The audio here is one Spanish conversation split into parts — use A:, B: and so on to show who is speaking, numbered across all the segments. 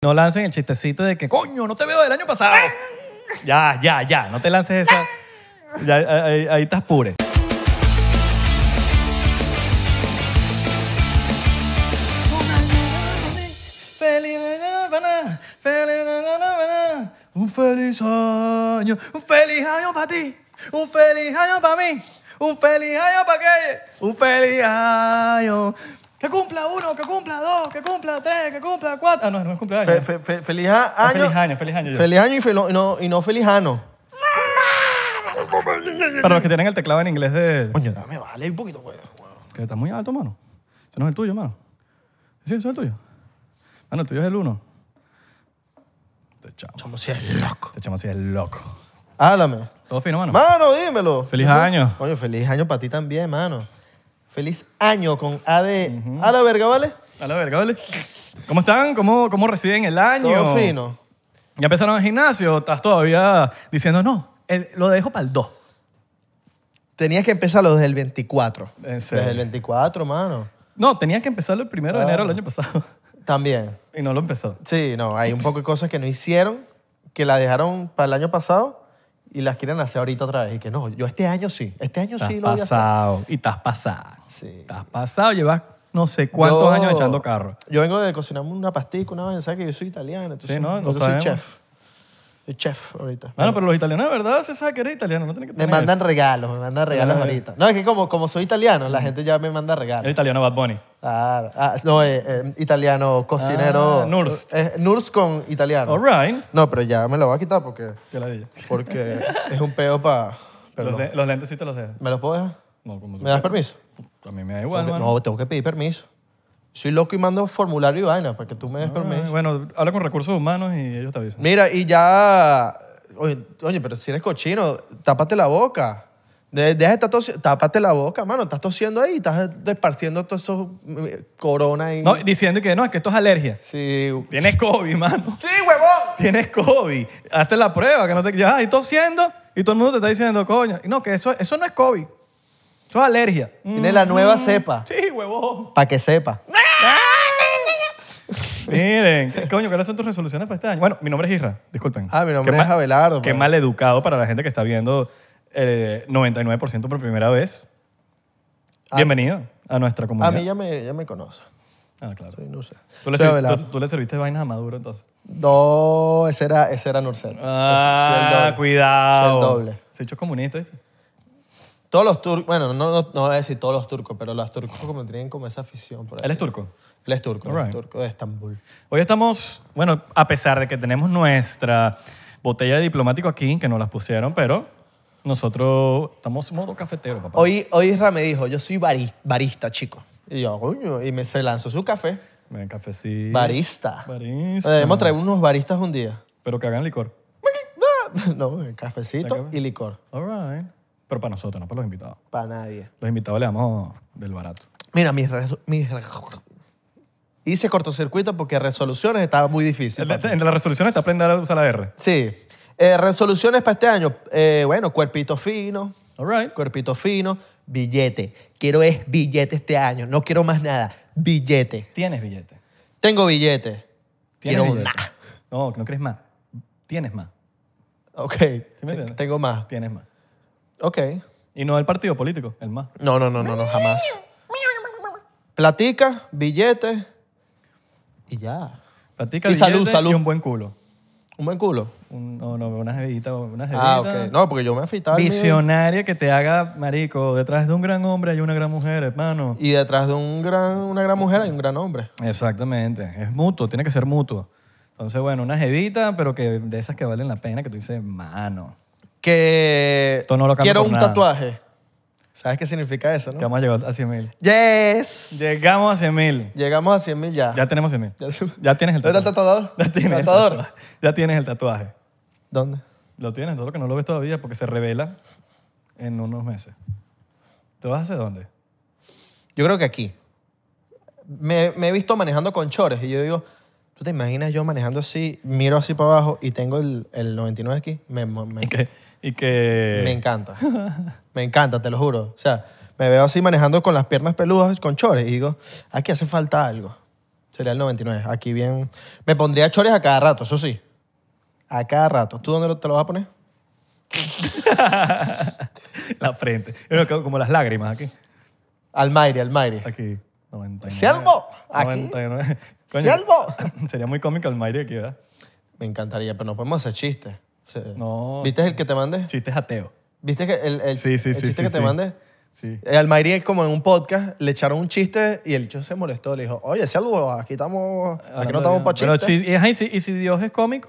A: No lancen el chistecito de que, coño, no te veo del año pasado. ya, ya, ya. No te lances esa. Ya, ahí, ahí estás pure. Un feliz año, un feliz año para ti, un feliz año para mí, un feliz año para aquella, un feliz año. Que cumpla uno, que cumpla dos, que cumpla tres, que cumpla cuatro. Ah, no, no es cumpleaños.
B: Fe- fe- fe- feliz a-
A: Ah,
B: año.
A: Feliz año, feliz año. yo.
B: Feliz año y, felo- y no, y no feliz ano.
A: Para los que tienen el teclado en inglés de...
B: Coño, dame, vale, un poquito, güey.
A: Que está muy alto, mano. Ese no es el tuyo, mano. Sí, ese es el tuyo. Mano, el tuyo es el uno. Este chamo.
B: Chamo, si es loco.
A: Este chamo sí es loco.
B: Háblame.
A: Todo fino, mano.
B: Mano, dímelo.
A: Feliz año.
B: Coño, feliz año para ti también, mano. Feliz año con A de... A la verga, ¿vale?
A: A la verga, ¿vale? ¿Cómo están? ¿Cómo, ¿Cómo reciben el año?
B: Todo fino.
A: ¿Ya empezaron el gimnasio? o ¿Estás todavía diciendo, no, el- lo dejo para el 2?
B: Tenías que empezarlo desde el 24.
A: En serio.
B: Desde el 24, mano.
A: No, tenía que empezarlo el primero de enero
B: Ah.
A: del año pasado.
B: También.
A: Y no lo empezó.
B: Sí, no, hay un poco de cosas que no hicieron, que la dejaron para el año pasado y las quieren hacer ahorita otra vez. Y que no, yo este año sí. Este año
A: Estás
B: sí lo voy a hacer.
A: pasado. Y estás pasado.
B: Sí.
A: Estás pasado. Llevas no sé cuántos
B: Yo-
A: años echando carro.
B: Yo vengo de cocinarme una pastica, una vaina, ¿sabes que yo soy italiano? Entonces,
A: Sí, ¿no? Lo
B: yo soy
A: sabemos. Ah,
B: chef. Soy chef ahorita.
A: Bueno, pero los italianos, de verdad, se sabe que eres italiano. No tiene que
B: me
A: tener
B: mandan
A: eso.
B: regalos, me mandan regalos
A: Dale, dale.
B: ahorita. No, es que como, como soy italiano, la gente ya me manda
A: El
B: regalos.
A: italiano Bad Bunny.
B: Claro. Ah, no, eh, eh, italiano, cocinero.
A: Ah, Nurs.
B: Eh, Nurs con italiano.
A: All right.
B: No, pero ya me lo voy a quitar porque,
A: ¿Qué la dije?
B: porque es un peo para...
A: Los, le- los lentes sí te los dejas.
B: ¿Me lo puedo dejar?
A: No, como tú
B: ¿Me das permiso?
A: quieras. A mí me da igual,
B: Tengo que-
A: mano.
B: no, tengo que pedir permiso. Soy loco y mando formulario y vaina para que tú me des permiso.
A: Ah, Bueno, habla con recursos humanos y ellos te avisan.
B: Mira, y ya. Oye, oye, pero si eres cochino, tápate la boca. De- Deja de estar tosiendo. Tápate la boca, mano. Estás tosiendo ahí, estás esparciendo todo eso eh, corona ahí.
A: No, diciendo que no, es que esto es alergia.
B: Sí.
A: Tienes COVID, mano.
B: ¡Sí, huevón!
A: Tienes COVID. Hazte la prueba, que no te. Ya, y tosiendo, y todo el mundo te está diciendo, coño. Y no, que eso, eso no es COVID. Eso es alergia. Mm,
B: Tiene la nueva cepa,
A: Sí, huevón.
B: para que sepa.
A: Miren, ¿qué coño, ¿cuáles son tus resoluciones para este año? Bueno, mi nombre es Isra, disculpen.
B: Ah, mi nombre
A: Qué
B: es
A: ma-
B: Abelardo. pues.
A: Qué
B: mano.
A: mal educado para la gente que está viendo eh, 99% por primera vez. Bienvenido a nuestra
B: Ah. A
A: comunidad.
B: mí ya me, ya me conoce.
A: Ah, claro.
B: Soy Nurse.
A: ¿Tú le,
B: Soy
A: servi-
B: Abelardo.
A: tú- tú le serviste vainas a Maduro entonces.
B: No, ese era, ese era Nurset.
A: Ah, cuidado.
B: Soy el doble.
A: Se echó comunista, ¿viste?
B: Todos los turcos, bueno, no, no, no voy a decir todos los turcos, pero los turcos como tienen como esa afición por ahí.
A: Él es turco.
B: Él es turco, él es
A: Alright.
B: turco de Estambul.
A: Hoy estamos, bueno, a pesar de que tenemos nuestra botella de diplomático aquí, que nos las pusieron, pero nosotros estamos modo cafetero, papá.
B: Hoy, hoy Isra me dijo, yo soy bari- barista, chico. Y yo, coño, y me, se lanzó su café.
A: Ven, cafecito.
B: Oh. Barista.
A: Barista.
B: Debemos traer unos baristas un día.
A: Pero que hagan licor.
B: No, cafecito
A: Acá.
B: y licor.
A: All right. Pero para nosotros, no para los invitados.
B: Para nadie.
A: Los invitados le damos del barato.
B: Mira, mis... resu- mis re- Hice cortocircuito porque resoluciones estaba muy difícil.
A: Entre
B: papi.
A: entre las resoluciones está aprender a usar la R.
B: Sí. Eh, resoluciones para este año. Eh, bueno, cuerpito fino.
A: All right.
B: Cuerpito fino. Billete. Quiero es billete este año. No quiero más nada. Billete.
A: Tienes billete.
B: Tengo billete.
A: Tienes
B: Quiero
A: billete.
B: más.
A: No, que no quieres más. Tienes más.
B: Ok.
A: me entiendes?
B: Tengo más.
A: Tienes más.
B: Ok.
A: Y no el partido político, el más.
B: No, no, no, no, no, jamás. Platica, billetes y ya.
A: Platica
B: Y
A: billete
B: salud, salud.
A: Y un buen culo.
B: Un buen culo.
A: Un- no, no, una jevita. Una jevita
B: Ah, ok. No, porque yo me afeitaba. el mío.
A: Visionaria que te haga, marico, detrás de un gran hombre hay una gran mujer, hermano.
B: Y detrás de un gran, una gran mujer hay un gran hombre.
A: Exactamente. Es mutuo, tiene que ser mutuo. Entonces, bueno, una jevita, pero que de esas que valen la pena, que tú dices, mano.
B: Que
A: Esto no lo cambio
B: quiero
A: por
B: un
A: nada.
B: tatuaje. ¿Sabes qué significa eso,
A: Que
B: no?
A: vamos a llegar a 100 mil.
B: Yes.
A: Llegamos a 100 mil.
B: Llegamos a 100 mil ya.
A: Ya tenemos 100 mil.
B: Ya-
A: Ya tienes el tatuaje.
B: ¿Dónde está el tatuador?
A: Ya tienes el
B: ¿Tatuador?
A: tatuaje. Ya tienes el tatuaje.
B: ¿Dónde?
A: Lo tienes, todo lo que no lo ves todavía porque se revela en unos meses. ¿Te vas a hacer dónde?
B: Yo creo que aquí. Me, me he visto manejando con chores y yo digo, ¿tú te imaginas yo manejando así, miro así para abajo y tengo el, el 99 aquí? Me, me- me-
A: Y que... Y
B: me
A: que
B: encanta. me encanta, te lo juro. O sea, me veo así manejando con las piernas peludas, con chores y digo, aquí hace falta algo. Sería el 99. Aquí bien. Me pondría chores a cada rato, eso sí. A cada rato. ¿Tú dónde lo- te lo vas a poner?
A: La frente. Pero como- Como las lágrimas aquí.
B: Almairi, Almairi.
A: Aquí. 99.
B: Siervo, aquí.
A: 99.
B: Siervo.
A: Sería muy cómico el Mayri aquí, ¿verdad?
B: Me encantaría, pero no podemos hacer chistes. Se-
A: No.
B: ¿Viste el que te mandé?
A: Chistes ateo.
B: ¿Viste que el, el-
A: Sí, sí,
B: el
A: sí,
B: chiste
A: sí,
B: que te
A: sí.
B: mandé?
A: Sí.
B: Eh, Almairi es como en un podcast, le echaron un chiste y el chico se molestó. Le dijo, oye, Siervo, aquí estamos, aquí no estamos para
A: Pero
B: chistes.
A: si- ajá, y si, y si Dios es cómico,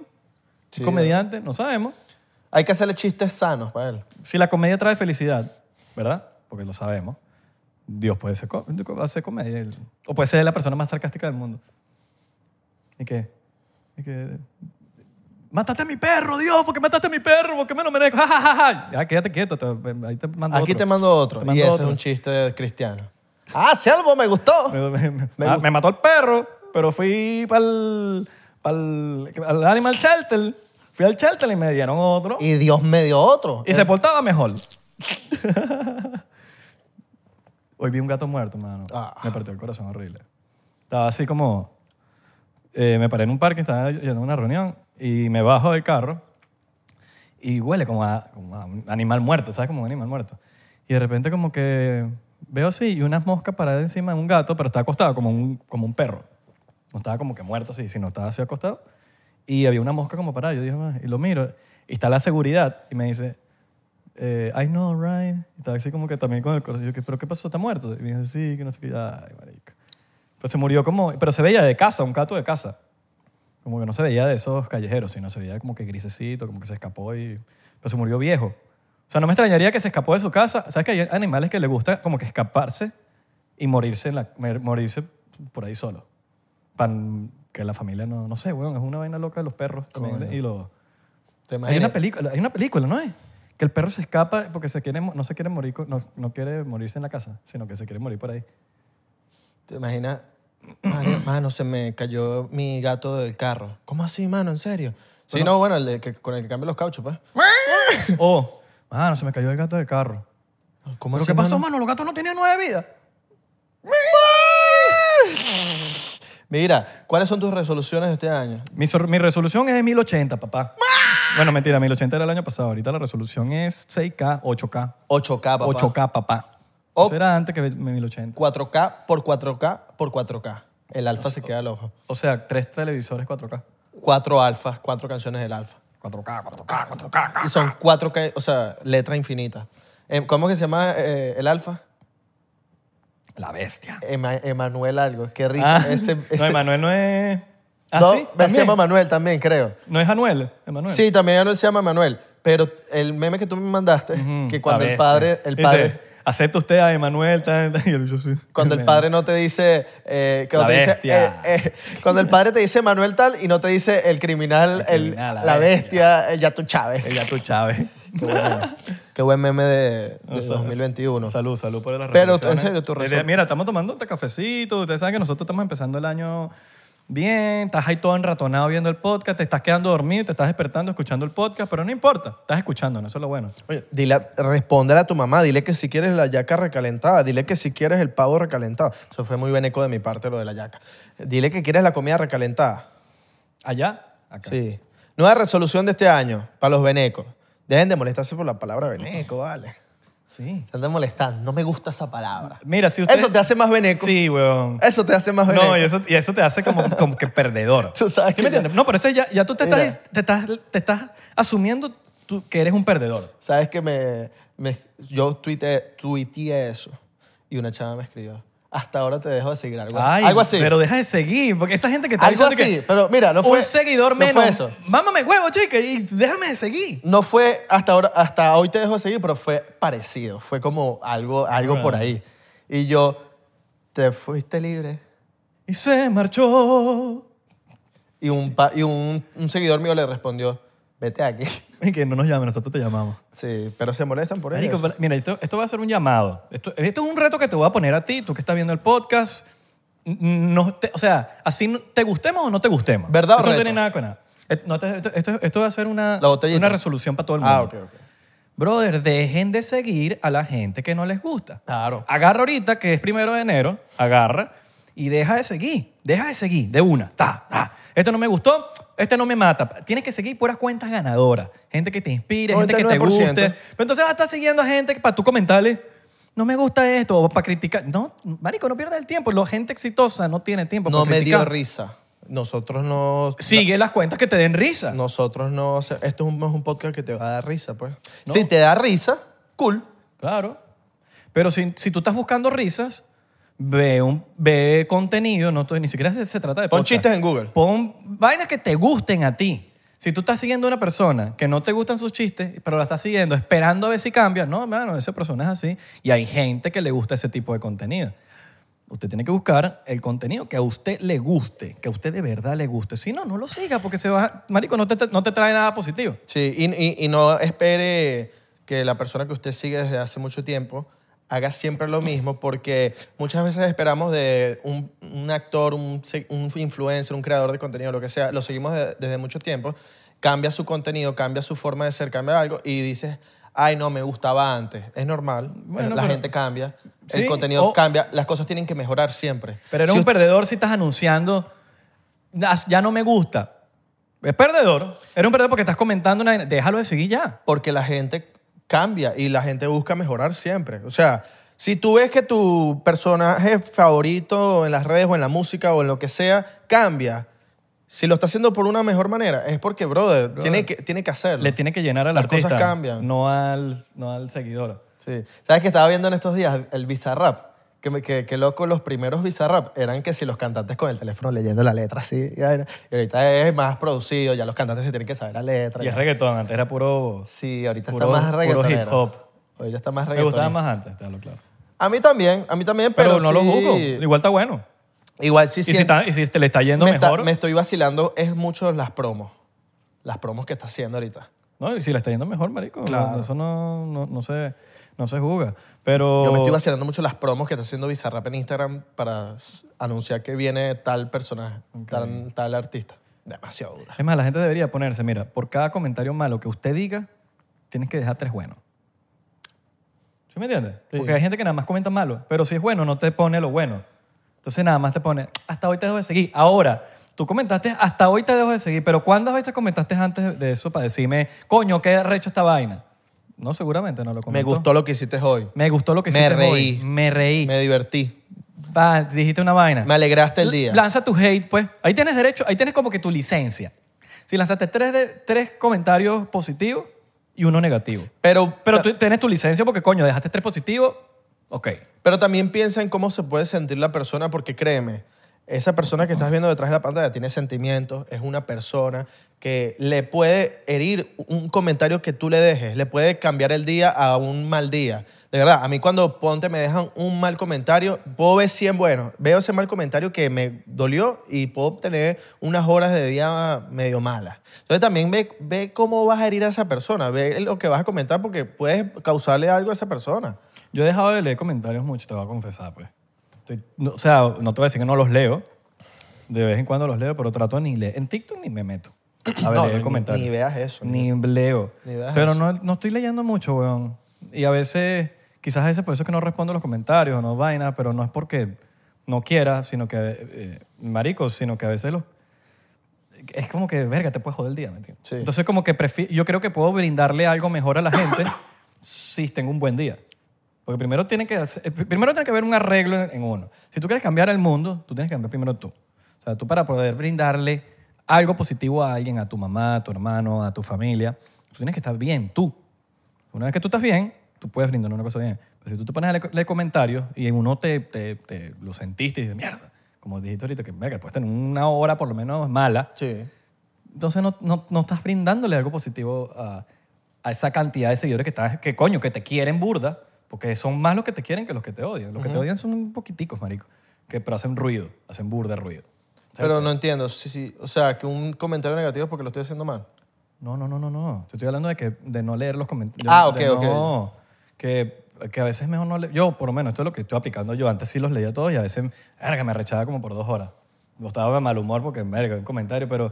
B: Sí,
A: es comediante, no sabemos.
B: Hay que hacerle chistes sanos pues, para él.
A: Si la comedia trae felicidad, ¿verdad? Porque lo sabemos. Dios puede ser co- hacer comedia. él- O puede ser la persona más sarcástica del mundo. ¿Y qué? ¿Y qué? Mataste a mi perro, Dios, porque mataste a mi perro, porque me lo merezco. Ja, ja, ja, ja. Ya, quédate quieto. te- ahí te mando
B: Aquí
A: otro.
B: te mando otro.
A: Te mando
B: y ese
A: otro.
B: es un chiste cristiano. Ah, Siervo, me gustó.
A: Me, me- me-
B: Me
A: ah,
B: gusta.
A: me mató el perro, pero fui para al Animal Shelter. Fui al shelter y me dieron otro. Y,
B: Y Dios me dio otro.
A: se portaba mejor. Hoy vi un gato muerto, mano.
B: Ah.
A: Me partió el corazón horrible. Estaba así como... eh, me paré en un parque, estaba yendo a una reunión y me bajo del carro y huele como a, como a un animal muerto, ¿sabes? Como un animal muerto. Y de repente como que veo así y unas moscas paradas encima de un gato, pero estaba acostado como un, como un perro. No estaba como que muerto así, sino estaba así acostado. Y había una mosca como parada. Yo dije, "Ah", y lo miro. Y está la seguridad y me dice, eh, I know, right? Y estaba así como que también con el corazón. Yo, "¿Qué- ¿pero qué pasó? ¿Está muerto? Y me dice, sí, que no sé qué. Ay, marica. Pero se murió como... Pero se veía de casa, un gato de casa. Como que no se veía de esos callejeros, sino se veía como que grisecito, como que se escapó y... Pero se murió viejo. O sea, no me extrañaría que se escapó de su casa. ¿Sabes que hay animales que les gusta como que escaparse y morirse, en la- mer- morirse por ahí solo? Para que la familia no... No sé, weón, es una vaina loca de los perros también,
B: Coño.
A: y los...
B: ¿Te
A: Hay
B: imaginas?
A: una película, hay una película, ¿no es? Que el perro se escapa porque se quiere, mo- no se quiere morir, co- no, no quiere morirse en la casa, sino que se quiere morir por ahí.
B: ¿Te imaginas? Mano, mano, se me cayó mi gato del carro. ¿Cómo así, mano? ¿En serio? Sí, no, bueno, el de que, con el que cambia los cauchos, pues.
A: O, Oh, mano, se me cayó el gato del carro.
B: ¿Cómo
A: ¿Pero
B: así,
A: qué pasó,
B: mano?
A: mano? Los gatos no tenían nueve vidas.
B: Mira, ¿cuáles son tus resoluciones de este año?
A: Mi, sor- mi resolución es de 1080, papá.
B: ¡Ah!
A: Bueno, mentira, 1080 era el año pasado. Ahorita la resolución es 6K, 8K.
B: 8K, papá. Oh.
A: 8K, papá.
B: O-
A: Eso era antes que mi 1080.
B: 4K por 4K por 4K. El alfa se queda al ojo.
A: O sea, tres televisores 4K.
B: Cuatro alfas, cuatro canciones del alfa.
A: 4K, 4K, 4K.
B: Y son 4K, o sea, letra infinita. Eh, ¿Cómo que se llama eh, el alfa?
A: La bestia.
B: Ema- Emanuel algo. Qué risa.
A: Ah,
B: Ese-
A: No,
B: este, ese-
A: Emanuel no es... ¿Ah,
B: No,
A: sí?
B: se
A: ¿También?
B: llama Manuel también, creo.
A: ¿No es Anuel? Emanuel.
B: Sí, también Manuel se llama Manuel. Pero el meme que tú me mandaste,
A: Mm,
B: que cuando
A: la
B: el padre,
A: bestia.
B: el
A: Dice,
B: padre,
A: Acepta usted a Emanuel. tal, tal, y el- yo sí.
B: cuando el padre no te dice, eh,
A: La
B: cuando, te dice
A: bestia.
B: eh, eh, cuando el padre te dice Manuel tal y no te dice el criminal,
A: El
B: el
A: criminal, la
B: la bestia, el Yato Chávez.
A: Ella tú, Chávez.
B: Qué, bueno. Qué buen meme de, de
A: O sea,
B: 2021.
A: Salud, salud por las
B: Pero, en
A: resoluciones.
B: serio, tu resol-
A: Mira, Mira, estamos tomando este cafecito. Ustedes saben que nosotros estamos empezando el año bien. Estás ahí todo enratonado viendo el podcast. Te estás quedando dormido, te estás despertando escuchando el podcast. Pero no importa, estás escuchando, eso es lo bueno.
B: Oye, dile, a- respóndele a tu mamá, dile que si quieres la yaca recalentada, dile que si quieres el pavo recalentado. Eso fue muy beneco de mi parte lo de la yaca. Dile que quieres la comida recalentada.
A: Allá, acá.
B: Sí. Nueva resolución de este año para los venecos. Dejen de molestarse por la palabra veneco, vale.
A: Sí.
B: Se andan molestando. No me gusta esa palabra.
A: Mira, si usted...
B: Eso te hace más veneco.
A: Sí, weón.
B: Eso te hace más veneco.
A: No, y eso, y eso te hace como, como que perdedor.
B: Tú sabes
A: ¿Sí
B: que
A: me entiendes? No, pero eso ya, ya tú te estás,
B: Mira.
A: te estás, te estás asumiendo tú que eres un perdedor.
B: Sabes que me, me- yo tuiteé, tuiteé eso y una chava me escribió. Hasta ahora te dejo de seguir algo,
A: Ay,
B: algo así.
A: Pero deja de seguir, porque esa gente que está
B: algo
A: diciendo que
B: así, pero mira, no fue
A: un seguidor
B: no
A: menos.
B: fue eso.
A: Mámame huevo, chica, y déjame de seguir.
B: No fue hasta ahora, hasta hoy te dejo de seguir, pero fue parecido, fue como algo, algo por ahí. Y yo te fuiste libre
A: Y se marchó.
B: y un pa- y un, un seguidor mío le respondió, "Vete de aquí."
A: Y que no nos llamen, nosotros te llamamos.
B: Sí, pero se molestan por
A: Marico,
B: eso.
A: pero- mira, esto, esto va a ser un llamado. Esto, esto es un reto que te voy a poner a ti, tú que estás viendo el podcast. N- No te- o sea, así no- te gustemos o no te gustemos.
B: ¿Verdad o
A: Esto no
B: reto?
A: tiene nada con nada. Et- no, te- Esto, esto- esto va a ser una,
B: La botellita.
A: una resolución para todo el mundo.
B: Ah, ok, ok.
A: Brother, dejen de seguir a la gente que no les gusta.
B: Claro.
A: Agarra ahorita, que es primero de enero, agarra y deja de seguir, deja de seguir, de una, ta, ta. Este no me gustó, este no me mata. Tienes que seguir puras cuentas ganadoras, gente que te inspire, gente que te
B: 99%.
A: guste. Pero entonces vas a estar siguiendo a gente que para tú comentarle, no me gusta esto, o para criticar. No, marico, no pierdas el tiempo. La gente exitosa no tiene tiempo
B: No
A: para
B: me dio
A: criticar.
B: risa. Nosotros no...
A: Sigue las cuentas que te den risa.
B: Nosotros no... o sea, Esto es un, es un podcast que te va a dar risa, pues.
A: No.
B: Si te da risa, cool.
A: Claro. Pero si, si tú estás buscando risas, ve, un, ve contenido, no estoy- ni siquiera se, se trata de
B: Pon
A: podcast.
B: chistes en Google.
A: Pon vainas que te gusten a ti. Si tú estás siguiendo a una persona que no te gustan sus chistes, pero la estás siguiendo esperando a ver si cambia, no, hermano, esa persona es así. Y hay gente que le gusta ese tipo de contenido. Usted tiene que buscar el contenido que a usted le guste, que a usted de verdad le guste. Si no, no lo siga porque se va, marico, no te, no te trae nada positivo.
B: Sí, y, y- y no espere que la persona que usted sigue desde hace mucho tiempo haga siempre lo mismo, porque muchas veces esperamos de un, un actor, un, se- un influencer, un creador de contenido, lo que sea, lo seguimos de- desde mucho tiempo, cambia su contenido, cambia su forma de ser, cambia algo y dices, ay, no, me gustaba antes. Es normal,
A: Bueno,
B: la
A: pero-
B: gente cambia,
A: Sí,
B: el contenido
A: o-
B: cambia, las cosas tienen que mejorar siempre.
A: Pero eres
B: Si
A: un
B: usted-
A: perdedor si estás anunciando, "Ah, ya no me gusta. Es perdedor. Eres un perdedor porque estás comentando una... Déjalo de seguir ya.
B: porque la gente cambia y la gente busca mejorar siempre. O sea, si tú ves que tu personaje favorito en las redes o en la música o en lo que sea cambia, si lo está haciendo por una mejor manera, es porque, brother, Tiene, que, tiene que hacerlo.
A: Le tiene que llenar al
B: Las cosas
A: artista.
B: cambian.
A: No al, no al seguidor.
B: Sí. ¿Sabes que estaba viendo en estos días el Bizarrap? Que, me- que, que loco, los primeros Bizarrap eran que si los cantantes con el teléfono leyendo la letra así. Y vaina. Y ahorita es más producido, ya los cantantes se tienen que saber la letra.
A: Y es
B: ya.
A: reggaetón. Antes era puro...
B: Sí, ahorita
A: Puro-
B: está más
A: puro
B: reggaetonero.
A: hip hop.
B: Ahorita está más
A: Me gustaba
B: reggaetonero.
A: más antes, te hablo claro.
B: A mí también, a mí también,
A: Pero,
B: pero,
A: no lo
B: sí-
A: juzgo. Igual está bueno.
B: Igual sí
A: Y si,
B: siento-
A: está- y si te le está yendo
B: me está-
A: mejor...
B: me estoy vacilando es mucho las promos. Las promos que está haciendo ahorita.
A: No, y si le está yendo mejor, marico.
B: Claro.
A: Eso no, no, no se, no se juzga. Pero...
B: Yo me estoy vacilando mucho las promos que está haciendo Bizarrap en Instagram para s- anunciar que viene tal personaje, tal, tal artista. Demasiado dura.
A: Es más, la gente debería ponerse, mira, por cada comentario malo que usted diga, tienes que dejar tres buenos. ¿Sí me entiendes? Porque hay gente que nada más comenta malo, pero si es bueno, no te pone lo bueno. Entonces nada más te pone, hasta hoy te dejo de seguir. Ahora, tú comentaste, hasta hoy te dejo de seguir, pero ¿cuántas veces comentaste antes de eso para decirme, coño, qué recho esta vaina? No, seguramente no lo comentó.
B: Me gustó lo que hiciste hoy. Me,
A: Me gustó lo que
B: Me
A: hiciste
B: reí.
A: hoy. Me reí.
B: divertí.
A: Va, dijiste una vaina.
B: Me alegraste el día.
A: Lanza tu hate, pues. Ahí tienes derecho, ahí tienes como que tu licencia. Si lanzaste tres, de- tres comentarios positivos y uno negativo.
B: Pero,
A: Pero tú tienes tu licencia porque, coño, dejaste tres positivos, ok.
B: Pero también piensa en cómo se puede sentir la persona, porque créeme, esa persona que estás viendo detrás de la pantalla tiene sentimientos, es una persona que le puede herir un comentario que tú le dejes, le puede cambiar el día a un mal día. De verdad, a mí cuando ponte me dejan un mal comentario, puedo ver 100 buenos. Veo ese mal comentario que me dolió y puedo obtener unas horas de día medio malas. Entonces también ve, ve cómo vas a herir a esa persona, ve lo que vas a comentar porque puedes causarle algo a esa persona.
A: Yo he dejado de leer comentarios mucho, te voy a confesar, pues. Estoy- no, o sea, no te voy a decir que no los leo. De vez en cuando los leo, pero trato de ni leer. En TikTok ni me meto. A ver,
B: No,
A: leer
B: ni-
A: comentarios.
B: ni veas eso,
A: Ni leo.
B: Ni veas
A: pero no, no estoy leyendo mucho, weón. Y a veces, quizás a veces por eso es que no respondo los comentarios o no vainas, pero no es porque no quiera, sino que, eh, marico, sino que a veces los... Es como que, verga, te puedes joder el día, ¿me entiendes?
B: Sí.
A: Entonces como que prefi- yo creo que puedo brindarle algo mejor a la gente si tengo un buen día. Porque primero tiene que, hacer- eh, primero tiene que haber un arreglo en, en uno. Si tú quieres cambiar el mundo, tú tienes que cambiar primero tú. O sea, tú para poder brindarle algo positivo a alguien, a tu mamá, a tu hermano, a tu familia, tú tienes que estar bien tú. Una vez que tú estás bien, tú puedes brindar una cosa bien. Pero si tú te pones a leer, leer comentarios y en uno te, te- te lo sentiste y dices, mierda, como dijiste ahorita, que mierda, puedes tener una hora por lo menos mala,
B: Sí.
A: entonces no, no, no estás brindándole algo positivo a, a esa cantidad de seguidores que, estás, que coño, que te quieren burda, porque son más los que te quieren que los que te odian. Los que te odian son un poquiticos, marico, que, pero hacen ruido, hacen burda ruido. O sea,
B: Pero no entiendo. Sí, sí. O sea, que un comentario negativo es porque lo estoy haciendo mal.
A: No, no, no, no, no. Te estoy hablando de, que, de no leer los comentarios.
B: Ah, ok, ok.
A: No, que, que a veces es mejor no leer. Yo, por lo menos, esto es lo que estoy aplicando yo. Antes sí los leía todos y a veces, verga, me rechaba como por dos horas. Yo estaba de mal humor porque, verga, un comentario, pero...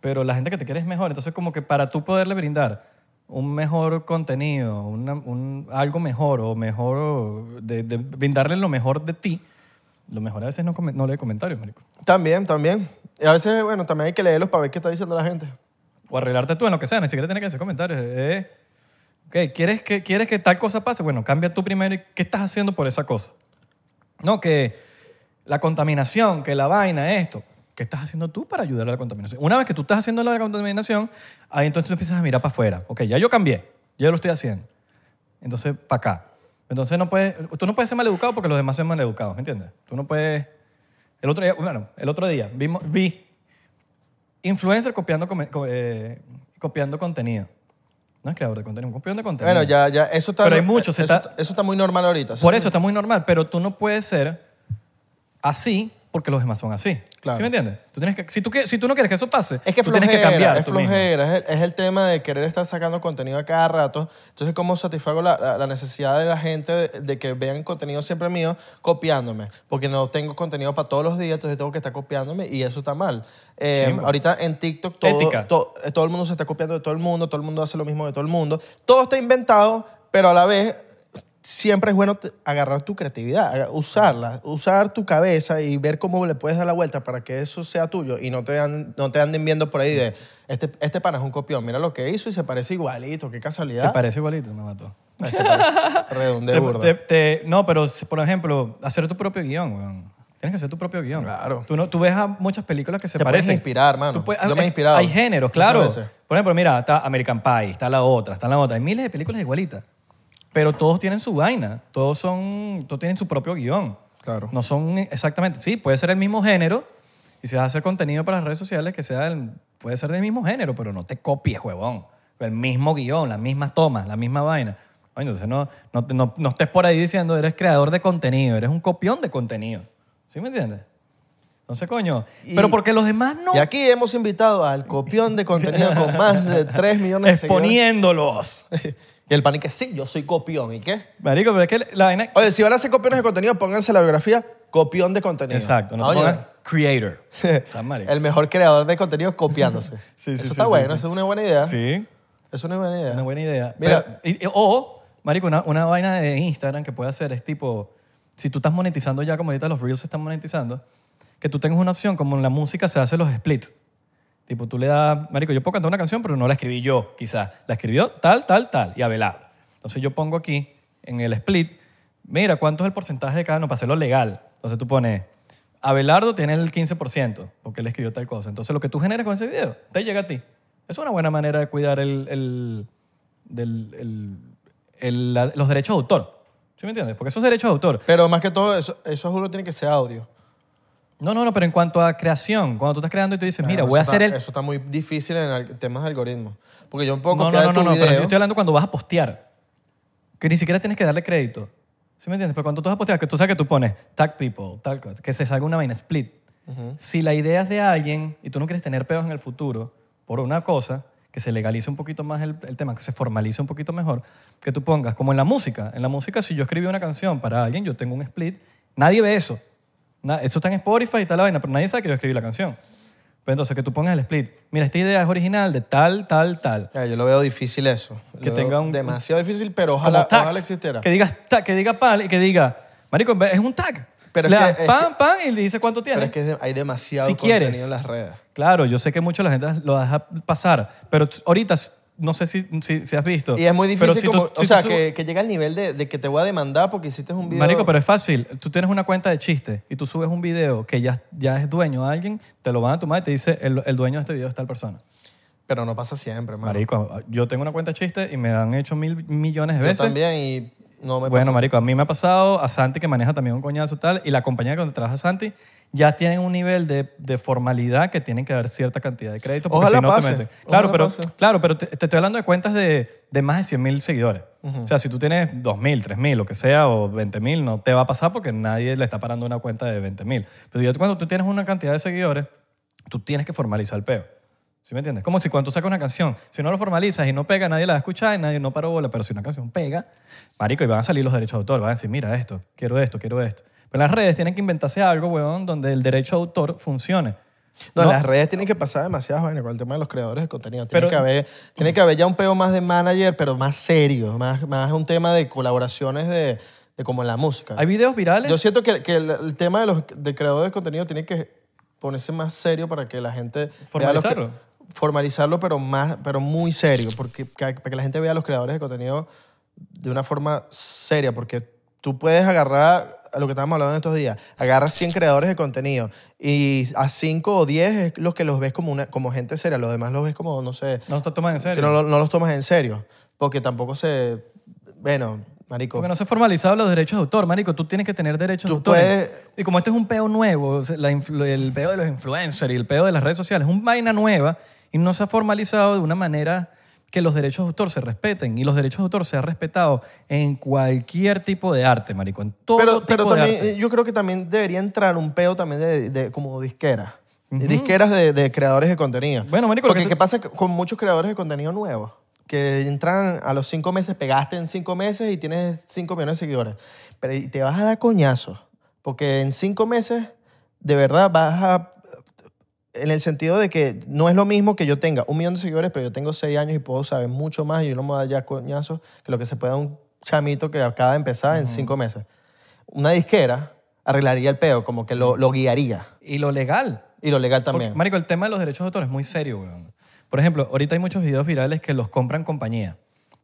A: Pero la gente que te quiere es mejor. Entonces, como que para tú poderle brindar un mejor contenido, una- un, algo mejor o mejor, o de- de brindarle lo mejor de ti, Lo mejor a veces no, come- no leer comentarios, marico.
B: También, también. Y a veces, bueno, también hay que leerlos para ver qué está diciendo la gente.
A: O arreglarte tú en lo que sea, ni siquiera tienes que hacer comentarios. Eh, ok, ¿quieres que, ¿quieres que tal cosa pase? Bueno, cambia tú primero y qué estás haciendo por esa cosa. No, que la contaminación, que la vaina, esto. ¿Qué estás haciendo tú para ayudar a la contaminación? Una vez que tú estás haciendo la contaminación, ahí entonces tú empiezas a mirar para afuera. Ok, ya yo cambié, ya lo estoy haciendo. Entonces, para acá. Entonces, no puedes, tú no puedes ser maleducado porque los demás sean maleducados, ¿me entiendes? Tú no puedes... El otro día, bueno, el otro día vimos, vi influencer copiando, come- co- eh, copiando contenido. No es creador de contenido, copiando contenido.
B: Bueno, ya, ya, eso está...
A: Pero hay muchos,
B: Eso,
A: está-
B: está, eso está muy normal ahorita.
A: Por eso está muy normal, pero tú no puedes ser así porque los demás son así.
B: Claro.
A: ¿Sí me entiendes? Tú tienes que, si, tú, que- si tú no quieres que eso pase,
B: Es que
A: tú
B: flojera,
A: tienes que cambiar.
B: es
A: tú mismo.
B: flojera, es el, es el tema de querer estar sacando contenido a cada rato. Entonces, ¿cómo satisfago la, la- la necesidad de la gente de, de que vean contenido siempre mío copiándome? Porque no tengo contenido para todos los días, entonces tengo que estar copiándome y eso está mal. Eh,
A: Chimbo.
B: ahorita en TikTok todo,
A: Ética.
B: to- eh, todo el mundo se está copiando de todo el mundo, todo el mundo hace lo mismo de todo el mundo. Todo está inventado, pero a la vez siempre es bueno te- agarrar tu creatividad, aga- usarla, usar tu cabeza y ver cómo le puedes dar la vuelta para que eso sea tuyo y no te, an- no te anden viendo por ahí de, este, este pana es un copión, mira lo que hizo y se parece igualito, qué
A: Se
B: casualidad.
A: parece igualito, me mató.
B: Ay, se parece. Redondeo
A: Te-
B: burda.
A: te- te- no, pero si- por ejemplo, hacer tu propio guión, weón. Tienes que hacer tu propio guión.
B: Claro.
A: Tú, no, tú ves a muchas películas que se
B: Te puedes
A: parecen.
B: inspirar, mano.
A: Tú puedes-
B: Yo me he
A: hay-
B: inspirado
A: Hay géneros,
B: muchas
A: claro.
B: veces.
A: Por ejemplo, mira, está American Pie, está la otra, está la otra. Hay miles de películas igualitas. Pero todos tienen su vaina. Todos son, todos tienen su propio guión.
B: Claro.
A: No son exactamente. Sí, puede ser el mismo género. Y si vas a hacer contenido para las redes sociales, que sea el- puede ser del mismo género, pero no te copies, huevón. El mismo guión, las mismas tomas, la misma vaina. Coño, entonces no, no, no- no estés por ahí diciendo eres creador de contenido, eres un copión de contenido. ¿Sí me entiendes? Entonces, coño.
B: Y-
A: pero porque los demás no.
B: Y aquí hemos invitado al copión de contenido con más de 3 millones de seguidores.
A: Exponiéndolos.
B: Y el pan y que sí, yo soy copión, ¿y qué?
A: Marico, pero es que la vaina.
B: Oye, si van a hacer copiones de contenido, pónganse la biografía copión de contenido.
A: Exacto, no te
B: Oye,
A: pongas creator. Estás marico.
B: El mejor creador de contenido copiándose.
A: Sí, sí,
B: eso
A: sí,
B: está
A: sí,
B: bueno,
A: sí.
B: eso es una buena idea.
A: Sí.
B: Es una buena idea.
A: Una buena idea.
B: Mira.
A: Pero- y- y- o, marico, una, una vaina de Instagram que puede hacer es tipo, si tú estás monetizando ya, como ahorita los Reels se están monetizando, que tú tengas una opción, como en la música se hace los splits. Tipo, tú le das, marico, yo puedo cantar una canción, pero no la escribí yo, quizás. La escribió tal, tal, tal, y Abelardo. Entonces yo pongo aquí, en el split, mira, ¿cuánto es el porcentaje de cada uno para hacerlo legal? Entonces tú pones, Abelardo tiene el 15%, porque él escribió tal cosa. Entonces lo que tú generes con ese video, te llega a ti. Es una buena manera de cuidar el, el- del- el- el- la- los derechos de autor. ¿Sí me entiendes? Porque esos derechos de autor
B: Pero más que todo, eso, eso juro tiene que ser audio.
A: no, no, no, pero en cuanto a creación, cuando tú estás creando y tú dices, mira,
B: Claro,
A: voy a
B: eso
A: hacer
B: está-
A: el...
B: Eso está muy difícil en al- temas de algoritmos. Porque yo puedo
A: No, no,
B: copiar
A: no, no,
B: tu
A: no, pero yo
B: video.
A: estoy hablando cuando vas a postear, que ni siquiera tienes que darle crédito. ¿Sí me entiendes? Pero cuando tú vas a postear, que tú sabes que tú pones tag people, tal cosa, que se salga una vaina, split. Si la idea es de alguien y tú no quieres tener peos en el futuro por una cosa, que se legalice un poquito más el, el tema, que se formalice un poquito mejor, que tú pongas, como en la música. En la música, si yo escribí una canción para alguien, yo tengo un split, nadie ve eso. Na- eso está en Spotify y tal la vaina, pero nadie sabe que yo escribí la canción. Pues entonces, que tú pongas el split. Mira, esta idea es original de tal, tal, tal.
B: Ah, yo lo veo difícil eso.
A: Que
B: Lo
A: tenga
B: veo
A: un-
B: Demasiado difícil, pero ojalá,
A: como tags.
B: ojalá existiera.
A: Que diga, ta- que diga pal y que diga, marico, ve- es un tag.
B: Pero
A: Le
B: es que-
A: das
B: es
A: pan, pan y le dice cuánto
B: Pero
A: tiene.
B: es que es de- hay demasiado
A: Si
B: contenido
A: quieres.
B: en las redes.
A: Claro, yo sé que mucho la gente lo deja pasar, pero t- ahorita s- no sé si, si, si has visto.
B: Y es muy
A: pero
B: difícil,
A: si tú-
B: como,
A: si
B: o
A: tú
B: sea,
A: sub-
B: que, que llega al nivel de, de que te voy a demandar porque hiciste un video.
A: Marico, pero es fácil. Tú tienes una cuenta de chiste y tú subes un video que ya, ya es dueño de alguien, te lo van a tomar y te dice, el, el dueño de este video es tal persona.
B: Pero no pasa siempre, mano.
A: Marico, yo tengo una cuenta de chiste y me han hecho mil millones de
B: Yo
A: veces.
B: también y no me
A: Bueno,
B: pasa
A: marico, a mí me ha pasado, a Santi que maneja también un coñazo tal, y la compañía donde trabaja Santi, ya tienen un nivel de, de formalidad que tienen que dar cierta cantidad de crédito. Porque
B: Ojalá
A: si no
B: pase,
A: Te meten. Claro,
B: ojalá
A: pero,
B: pase.
A: claro, pero te, te estoy hablando de cuentas de, de más de 100 mil seguidores. O sea, si tú tienes 2 mil, 3 mil, lo que sea, o 20 mil, no te va a pasar porque nadie le está parando una cuenta de 20 mil. Pero ya tú- cuando tú tienes una cantidad de seguidores, tú tienes que formalizar el peo. ¿Sí me entiendes? Como si cuando tú sacas una canción, si no lo formalizas y no pega, nadie la va a escuchar y nadie no paró bola, pero si una canción pega, marico, y van a salir los derechos de autor, van a decir, mira esto, quiero esto, quiero esto. Pero las redes tienen que inventarse algo, weón, donde el derecho de autor funcione. No.
B: No, en las redes tienen que pasar demasiadas vainas con el tema de los creadores de contenido. Tiene,
A: Pero-
B: que, haber, tiene que haber ya un peo más de manager, pero más serio, más, más un tema de colaboraciones de, de como en la música.
A: Hay videos virales.
B: Yo siento que, que el, el tema de los de creadores de contenido tiene que ponerse más serio para que la gente... vea los cre-
A: Formalizarlo.
B: formalizarlo, pero, más, pero muy serio, porque, ca- para que la gente vea a los creadores de contenido de una forma seria, porque tú puedes agarrar a lo que estábamos hablando en estos días, agarras 100 creadores de contenido y a 5 o 10 es los que los ves como, una, como gente seria, los demás los ves como, no sé,
A: No te toman en
B: que
A: serio.
B: no, lo- no los tomas en serio, porque tampoco se... Bueno, marico.
A: Porque no se han formalizado los derechos de autor, marico. Tú tienes que tener derechos de
B: Tú
A: autor.
B: puedes-
A: Y como este es un peo nuevo, o sea, la influ- el peo de los influencers y el peo de las redes sociales, es una vaina nueva y no se ha formalizado de una manera que los derechos de autor se respeten. Y los derechos de autor se han respetado en cualquier tipo de arte, marico. En todo
B: pero,
A: tipo
B: pero
A: de
B: también
A: arte.
B: eh, yo creo que también debería entrar un peo también de, de- como disquera. Disqueras de, de creadores de contenido.
A: Bueno, marico, lo
B: Porque
A: que tú-
B: ¿qué pasa con muchos creadores de contenido nuevos? Que entran a los cinco meses, pegaste en cinco meses y tienes cinco millones de seguidores. Pero y te vas a dar coñazos. Porque en cinco meses, de verdad, vas a... En el sentido de que no es lo mismo que yo tenga un millón de seguidores, pero yo tengo seis años y puedo saber mucho más y yo no me voy a dar ya coñazos que lo que se pueda un chamito que acaba de empezar en cinco meses una disquera arreglaría el peo, como que lo, lo guiaría.
A: Y lo legal.
B: Y lo legal
A: Porque,
B: también.
A: marico, el tema de los derechos de autor es muy serio, weón. Por ejemplo, ahorita hay muchos videos virales que los compran compañía.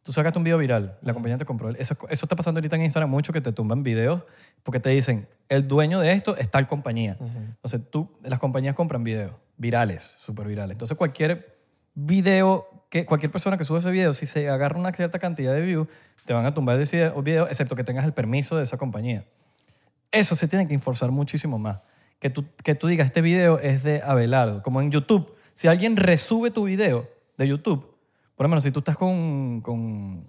A: Tú sacaste un video viral, la compañía te compró. Eso, eso está pasando ahorita en Instagram mucho, que te tumban videos porque te dicen, el dueño de esto es tal compañía. Entonces, tú, las compañías compran videos virales, súper virales. Entonces, cualquier video, que, cualquier persona que sube ese video, si se agarra una cierta cantidad de views, te van a tumbar ese video, excepto que tengas el permiso de esa compañía. Eso se tiene que enforzar muchísimo más. Que tú, que tú digas, este video es de Abelardo. Como en YouTube. Si alguien resube tu video de YouTube, por lo menos si tú estás con, con,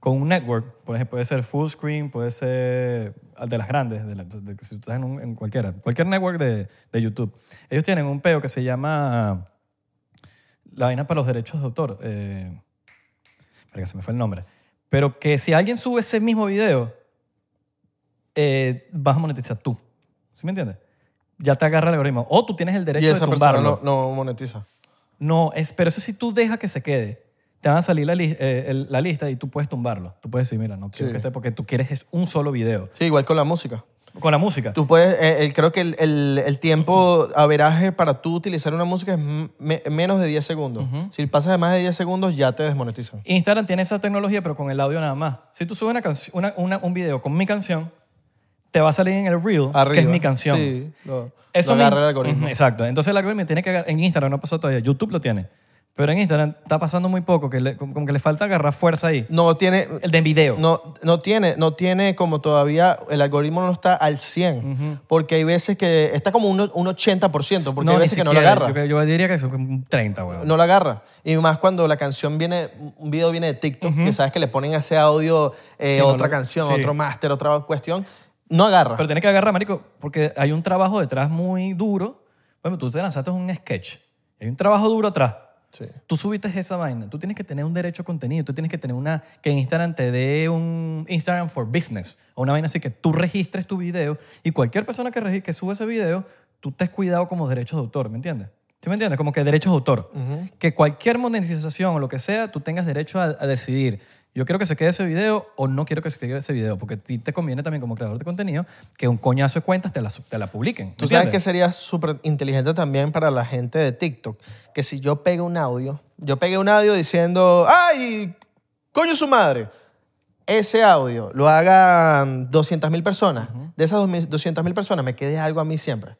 A: con un network, por ejemplo, puede ser Full Screen, puede ser al de las grandes, de la- de- si tú estás en, un- en cualquiera, cualquier network de, de YouTube. Ellos tienen un peo que se llama la vaina para los derechos de autor. Eh, verga, se me fue el nombre. Pero que si alguien sube ese mismo video, eh, vas a monetizar tú. ¿Sí me entiendes? Ya te agarra el algoritmo. O tú tienes el
B: y
A: derecho de
B: esa persona
A: tumbarlo.
B: no, no monetiza.
A: No, es, pero eso si tú dejas que se quede, te van a salir la, li- eh, el- la lista y tú puedes tumbarlo. Tú puedes decir, mira, no quiero
B: Sí.
A: que esté porque tú quieres es un solo video.
B: Sí, igual con la música.
A: Con la música.
B: Tú puedes, eh, el- creo que el, el- el tiempo averaje para tú utilizar una música es m- me- menos de 10 segundos. Si pasas de más de 10 segundos, ya te desmonetizan.
A: Instagram tiene esa tecnología, pero con el audio nada más. Si tú subes una canci- una- una- un video con mi canción, te va a salir en el reel,
B: Arriba.
A: que es mi canción.
B: Sí, lo,
A: Eso
B: lo
A: me-
B: agarra el algoritmo.
A: Ujú, exacto. Entonces el algoritmo tiene que agar- en Instagram no pasó todavía, YouTube lo tiene. Pero en Instagram está pasando muy poco, que le- como como que le falta agarrar fuerza ahí.
B: No tiene,
A: El de video.
B: no, no tiene, no tiene como todavía, el algoritmo no está al 100. Porque hay veces que está como un, un 80%, porque hay
A: ni
B: veces que no lo
A: siquiera.
B: agarra.
A: Yo, yo diría que es un 30, weón.
B: no la agarra. Y más cuando la canción viene, un video viene de TikTok, que sabes que le ponen a ese audio eh,
A: Sí, no
B: otra
A: lo-
B: canción,
A: sí.
B: otro máster, otra cuestión, no agarra.
A: Pero tienes que agarrar, marico, porque hay un trabajo detrás muy duro. Bueno, tú te lanzaste un sketch. Hay un trabajo duro atrás.
B: Sí.
A: Tú subiste esa vaina. Tú tienes que tener un derecho a contenido. Tú tienes que tener una... Que Instagram te dé un Instagram for Business. O una vaina así que tú registres tu video y cualquier persona que, regi- que sube ese video, tú te has cuidado como derechos de autor, ¿me entiendes? ¿Sí me entiendes? Como que derechos de autor. Que cualquier monetización o lo que sea, tú tengas derecho a, a decidir. Yo quiero que se quede ese video o no quiero que se quede ese video. Porque a ti te conviene también como creador de contenido que un coñazo de cuentas te la, sub- te la publiquen.
B: Tú sabes que sería súper inteligente también para la gente de TikTok, que si yo pego un audio, yo pegué un audio diciendo, ¡ay, coño su madre! Ese audio lo hagan 200.000 personas. De esas 200.000 personas me quede algo a mí siempre.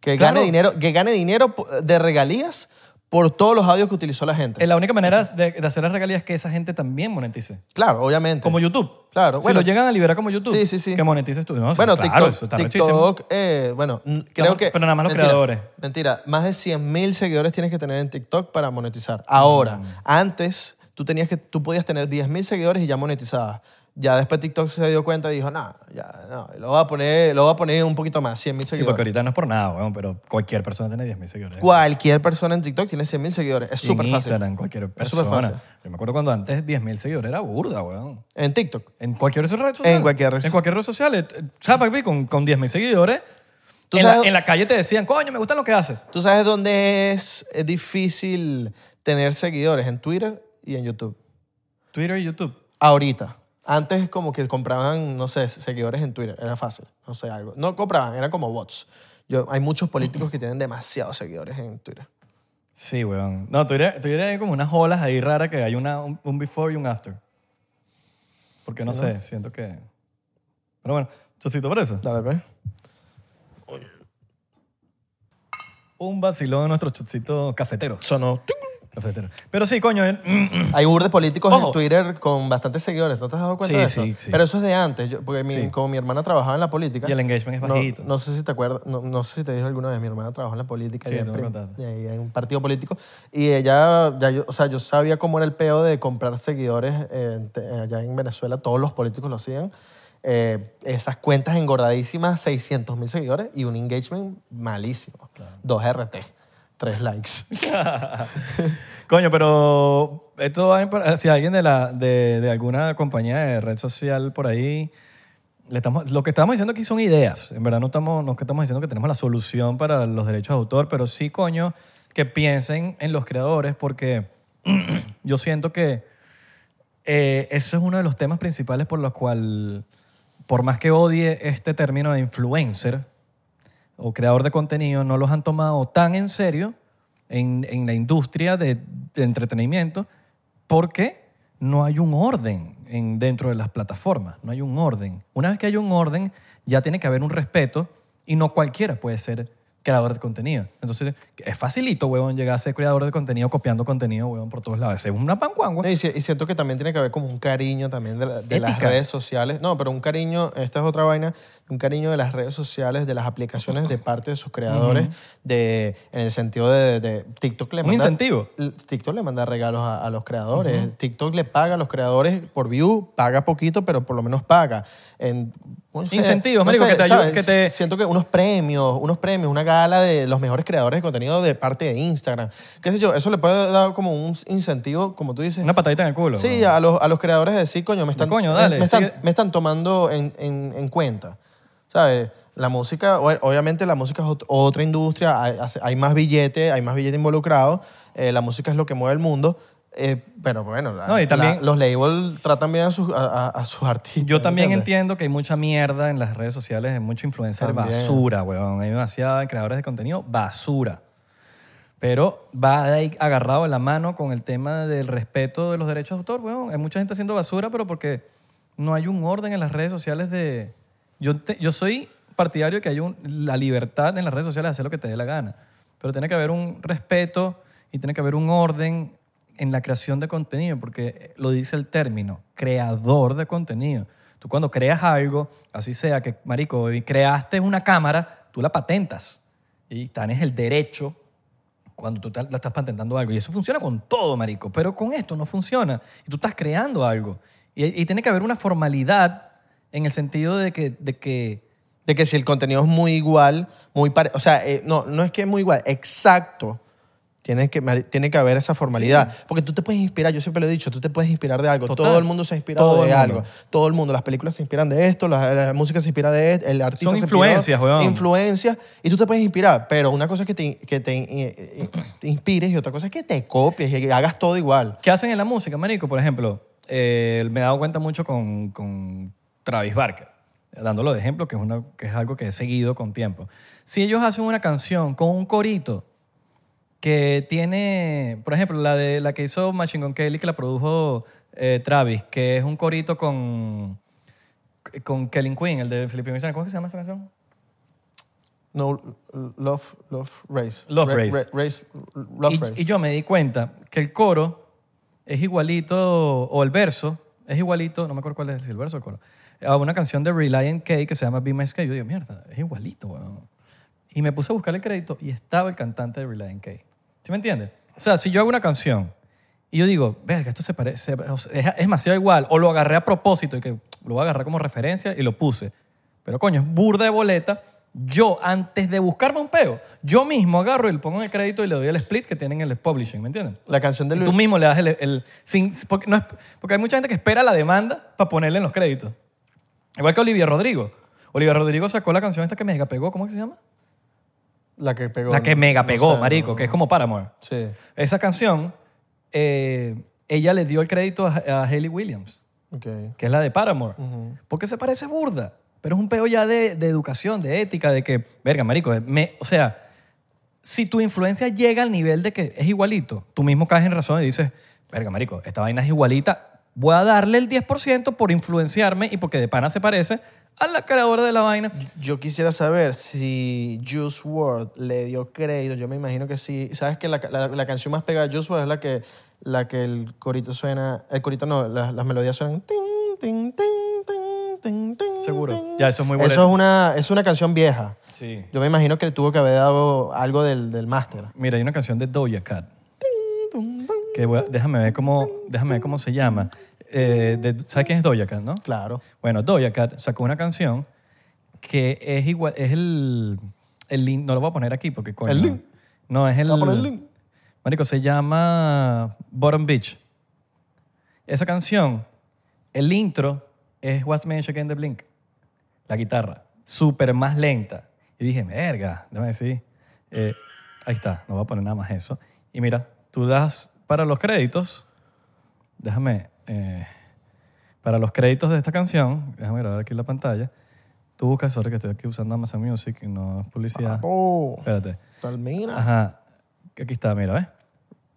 B: Que
A: Claro.
B: gane dinero, que gane dinero po- de regalías por todos los audios que utilizó la gente.
A: Eh, La única manera de, de hacer las regalías es que esa gente también monetice.
B: Claro, obviamente.
A: Como YouTube.
B: Claro,
A: Si
B: bueno.
A: lo llegan a liberar como YouTube.
B: Sí, sí, sí.
A: Que monetices tú. No, claro,
B: bueno, TikTok,
A: eso está rechísimo.
B: TikTok eh, bueno, n- creo
A: Nada-
B: que...
A: pero nada más los
B: mentira,
A: creadores.
B: Mentira, más de 100.000 seguidores tienes que tener en TikTok para monetizar. Ahora,
A: Mm.
B: antes tú, tenías que, tú podías tener 10.000 seguidores y ya monetizabas. Ya después TikTok se dio cuenta y dijo, no, ya, no, lo voy a poner, lo voy a poner un poquito más, 100.000
A: Sí, porque
B: seguidores.
A: ahorita no es por nada, weón, pero cualquier persona tiene 10.000 seguidores.
B: Cualquier persona en TikTok tiene 100.000 seguidores, es
A: Y
B: súper
A: en
B: fácil.
A: Instagram, cualquier
B: Es súper
A: persona.
B: fácil.
A: Yo me acuerdo cuando antes 10.000 seguidores era burda, weón.
B: En TikTok.
A: En cualquier red social.
B: En cualquier red-
A: En cualquier red social. eh, eh, ¿Sabes, papi? Con, con 10.000 seguidores.
B: ¿Tú
A: en, la-
B: sabes-
A: en la calle te decían, coño, me gusta lo que haces.
B: ¿Tú sabes dónde es, es difícil tener seguidores? En Twitter y en YouTube.
A: Twitter y YouTube.
B: Ahorita. Antes como que compraban, no sé, seguidores en Twitter, era fácil, no sé, algo. No compraban, eran como bots. Yo, hay muchos políticos que tienen demasiados seguidores en Twitter.
A: Sí, weón. No, Twitter, Twitter hay como unas olas ahí raras que hay una, un, un before y un after. Porque no sé, siento que... Pero bueno, chocito por eso.
B: Dale, pues.
A: Un vacilón de nuestros chocitos cafeteros.
B: Sonó.
A: Cafeteros. Pero sí, coño, el-
B: Hay urdes políticos
A: Ojo.
B: en Twitter con bastantes seguidores, ¿no te has dado cuenta
A: Sí,
B: de eso?
A: sí, sí.
B: Pero eso es de antes, yo- porque mi-
A: Sí.
B: como mi hermana trabajaba en la política.
A: Y el engagement es
B: no-
A: bajito.
B: No, sé si te acuerdas, no, no sé si te dije alguna vez, mi hermana trabajó en la política
A: Sí,
B: y, en
A: tú me
B: prim-
A: contaste.
B: y ahí en un partido político. Y ella, ya yo, o sea, yo sabía cómo era el peo de comprar seguidores eh, en te- eh, allá en Venezuela, todos los políticos lo hacían. Eh, esas cuentas engordadísimas, 600 mil seguidores y un engagement malísimo. Dos RT, tres likes.
A: Coño, pero esto va en- para- si alguien de, la, de, de alguna compañía de red social por ahí, le estamos, lo que estamos diciendo aquí son ideas. En verdad no estamos, no es que estamos diciendo que tenemos la solución para los derechos de autor, pero sí, coño, que piensen en los creadores porque yo siento que eh, eso es uno de los temas principales por los cual, por más que odie este término de influencer, o creador de contenido no los han tomado tan en serio en, en la industria de, de entretenimiento porque no hay un orden en- dentro de las plataformas, no hay un orden. Una vez que hay un orden, ya tiene que haber un respeto y no cualquiera puede ser creador de contenido. Entonces, es facilito, huevón, llegar a ser creador de contenido copiando contenido, huevón, por todos lados. Es una pancuangua.
B: No, y, si- y siento que también tiene que haber como un cariño también de, la- de las
A: Ética.
B: redes sociales. No, pero un cariño, esta es otra vaina, un cariño de las redes sociales, de las aplicaciones de parte de sus creadores, de, en el sentido de, de TikTok le
A: Un
B: manda...
A: incentivo.
B: l- TikTok le manda regalos a, a los creadores. TikTok le paga a los creadores por view, paga poquito, pero por lo menos paga. En, no sé,
A: Incentivos,
B: no
A: marico,
B: sé,
A: que te ayuden,
B: ¿sabes?
A: que te-
B: siento que unos premios, unos premios, una gala de los mejores creadores de contenido de parte de Instagram. ¿Qué sé yo? Eso le puede dar como un incentivo, como tú dices.
A: Una patadita en el culo.
B: Sí,
A: huevón.
B: a los, a los creadores de decir, coño, me están,
A: coño, dale,
B: me están,
A: sigue.
B: me están tomando en, en- en cuenta. ¿Sabes? La música, o- obviamente la música es ot- otra industria, hay, hace- hay más billetes, hay más billetes involucrados, eh, la música es lo que mueve el mundo, eh, pero bueno, la-
A: No, y
B: la-
A: también-
B: los labels tratan bien a sus, a, a- a sus artistas.
A: Yo también
B: ¿entiendes?
A: entiendo que hay mucha mierda en las redes sociales, hay mucho influencer
B: También.
A: basura, weón. Hay demasiada creadores de contenido basura. Pero va de ahí agarrado de la mano con el tema del respeto de los derechos de autor, weón. Hay mucha gente haciendo basura, pero porque no hay un orden en las redes sociales de... Yo, te- yo soy partidario de que hay un- la libertad en las redes sociales de hacer lo que te dé la gana. Pero tiene que haber un respeto y tiene que haber un orden en la creación de contenido, porque lo dice el término, creador de contenido. Tú cuando creas algo, así sea que, marico, y creaste una cámara, tú la patentas. Y tienes el derecho cuando tú te- la estás patentando algo. Y eso funciona con todo, marico, pero con esto no funciona. Y tú estás creando algo. Y, y tiene que haber una formalidad en el sentido de que, de que
B: De que si el contenido es muy igual, muy pare- o sea, eh, no, no es que es muy igual, exacto. Tiene que, mari- tiene que haber esa formalidad. Porque tú te puedes inspirar, yo siempre lo he dicho, tú te puedes inspirar de algo.
A: Total.
B: Todo el mundo se ha inspirado
A: Todo el
B: de
A: mundo.
B: algo. Todo el mundo. Las películas se inspiran de esto, la, la música se inspira de esto, el artista
A: Son
B: se inspiró-
A: influencias, weón.
B: Influencias. Y tú te puedes inspirar. Pero una cosa es que, te, que te, eh, eh, te inspires y otra cosa es que te copies y que hagas todo igual.
A: ¿Qué hacen en la música, marico? Por ejemplo, eh, me he dado cuenta mucho con, con Travis Barker, dándolo de ejemplo, que es, una, que es algo que he seguido con tiempo. Si ellos hacen una canción con un corito que tiene, por ejemplo, la, de, la que hizo Machine Gun Kelly, que la produjo eh, Travis, que es un corito con, con Kellen Queen, el de Felipe Michel. ¿Cómo es que se llama esa canción?
B: No, love, love, race.
A: Love
B: Ra-
A: Race.
B: ra- race, love,
A: y,
B: race.
A: y yo me di cuenta que el coro es igualito, o el verso es igualito, no me acuerdo cuál es si el verso o el coro, a una canción de Reliant K que se llama Be My Sky. Yo digo, mierda, es igualito, weón. Y me puse a buscar el crédito y estaba el cantante de Reliant K. ¿Sí me entiendes? O sea, si yo hago una canción y yo digo, verga, esto se parece, o sea, es, es demasiado igual, o lo agarré a propósito y que lo voy a agarrar como referencia y lo puse. Pero coño, es burda de boleta. Yo, antes de buscarme un peo, yo mismo agarro y le pongo en el crédito y le doy el split que tienen en el publishing, ¿me entiendes?
B: la canción de
A: Y
B: Luis.
A: tú mismo le das el... el- sin, porque, no es- porque hay mucha gente que espera la demanda para ponerle en los créditos. Igual que Olivia Rodrigo. Olivia Rodrigo sacó la canción esta que mega pegó, ¿cómo es que se llama?
B: La que pegó.
A: la que mega
B: No
A: pegó,
B: sé, no-
A: marico, que es como Paramore.
B: Sí.
A: Esa canción, eh, ella le dio el crédito a, a Hayley Williams.
B: Ok.
A: que es la de Paramore.
B: Ujú.
A: Porque se parece burda. Pero es un peo ya de, de educación, de ética, de que, verga, marico, eh, me, o sea, si tu influencia llega al nivel de que es igualito, tú mismo caes en razón y dices, verga, marico, esta vaina es igualita, voy a darle el 10% por influenciarme y porque de pana se parece a la creadora de la vaina.
B: Yo quisiera saber si Juice WRLD le dio crédito. Yo me imagino que sí. ¿Sabes que la, la- la canción más pegada de Juice WRLD es la que, la que el corito suena... El corito no, las, las melodías suenan... tin, tin, tin, tin, tin, tin,
A: Seguro.
B: tin.
A: Ya, eso es muy
B: Eso es
A: boleto.
B: una, es una canción vieja.
A: Sí.
B: Yo me imagino que le tuvo que haber dado algo del, del máster.
A: Mira, hay una canción de Doja Cat. Que voy a- déjame, ver cómo, déjame ver cómo se llama. Eh, de- ¿Sabes quién es Doja Cat, no?
B: Claro.
A: Bueno, Doja Cat sacó una canción que es igual, es el, el link, no lo voy a poner aquí porque coño.
B: ¿El link?
A: No, es el...
B: Voy a poner el link.
A: Marico, se llama Bottom Beach. Esa canción, el intro es What's Magic in the Blink. La guitarra, súper más lenta. Y dije, verga, déjame decir. Eh, ahí está, no voy a poner nada más eso. Y mira, tú das para los créditos, déjame... eh, para los créditos de esta canción, déjame grabar aquí la pantalla. Tú buscas, sorry que estoy aquí usando Amazon Music y no es publicidad.
B: Oh,
A: Espérate.
B: Palmira.
A: Ajá. Aquí está, mira, ¿ves?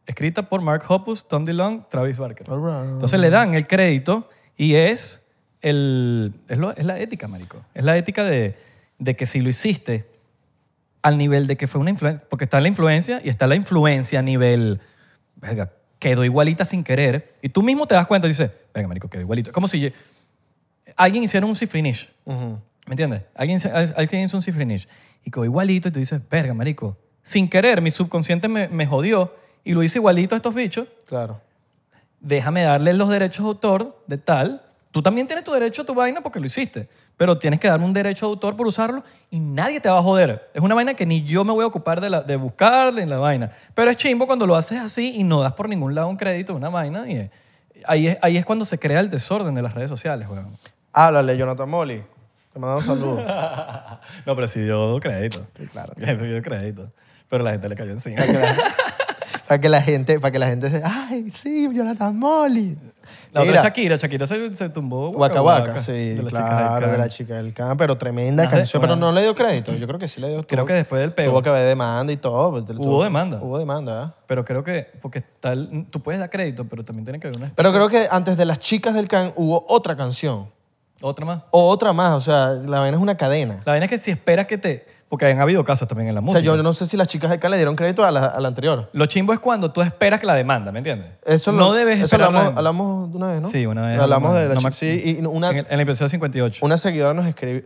A: Escrita por Mark Hoppus, Tom DeLonge, Travis Barker.
B: All right.
A: Entonces le dan el crédito y es, el, es, lo- es la ética, marico. Es la ética de, de que si lo hiciste al nivel de que fue una influencia, porque está la influencia y está la influencia a nivel, verga, quedó igualita sin querer y tú mismo te das cuenta y dices, venga, marico, quedó igualito. Es como si ye- alguien hiciera un sifrinish,
B: Ujú.
A: ¿me entiendes? Alguien, se- al- alguien hizo un sifrinish y quedó igualito y tú dices, verga, marico, sin querer, mi subconsciente me, me jodió y lo hice igualito a estos bichos
B: Claro.
A: déjame darle los derechos de autor de tal. Tú también tienes tu derecho a tu vaina porque lo hiciste, pero tienes que dar un derecho de autor por usarlo y nadie te va a joder. Es una vaina que ni yo me voy a ocupar de, la, de buscarle en la vaina. Pero es chimbo cuando lo haces así y no das por ningún lado un crédito, una vaina. Y eh, ahí, es, ahí es cuando se crea el desorden de las redes sociales, weón.
B: Háblale, Jonathan Molly. Te mandamos saludos.
A: No, pero sí dio crédito.
B: claro.
A: Sí dio crédito. Pero la gente le cayó encima.
B: para que la gente, para que la gente se, ay, sí, Jonathan Molly.
A: La otra
B: Mira,
A: es Shakira. Shakira se, se tumbó.
B: Waka Waka, sí,
A: de las chicas del
B: claro, de
A: Can.
B: la chica del can, pero tremenda
A: Ajá,
B: canción, pero
A: una-
B: no le dio crédito, yo creo que sí le dio
A: Creo
B: tuvo-
A: que después del peo.
B: Tuvo que haber demanda y todo. pues,
A: Hubo
B: tuvo-
A: demanda.
B: Hubo demanda, ¿eh?
A: Pero creo que, porque tal, tú puedes dar crédito, pero también tiene que haber una especie-
B: Pero creo que antes de las chicas del can hubo otra canción,
A: otra más.
B: o otra más, o sea, la vaina es una cadena.
A: La vaina es que si esperas que te... Porque han habido casos también en la
B: O
A: música.
B: sea, yo no sé si las chicas del can le dieron crédito a la, a la anterior.
A: Lo chimbo es cuando tú esperas que la demanda, ¿me entiendes?
B: Eso
A: no
B: lo-
A: debes
B: eso
A: esperar la
B: hablamos,
A: demanda.
B: hablamos de una vez, ¿no?
A: Sí, una vez.
B: Hablamos de la
A: no me-
B: chica, sí, y una,
A: En, el, en el episodio 58.
B: una seguidora nos escribió,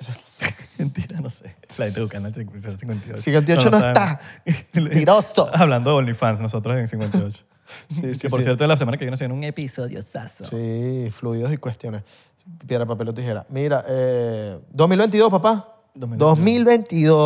A: Mentira, no sé. La educan en pues, el episodio 58.
B: 58 no está.
A: sabemos.
B: Mentiroso.
A: Hablando de OnlyFans, nosotros en 58.
B: Sí, sí,
A: que por
B: sí.
A: cierto, la semana que viene nos viene un episodio saso.
B: Sí, fluidos y cuestiones. Piedra, papel o tijera. Mira, eh, 2022, papá.
A: 2022.
B: 2022.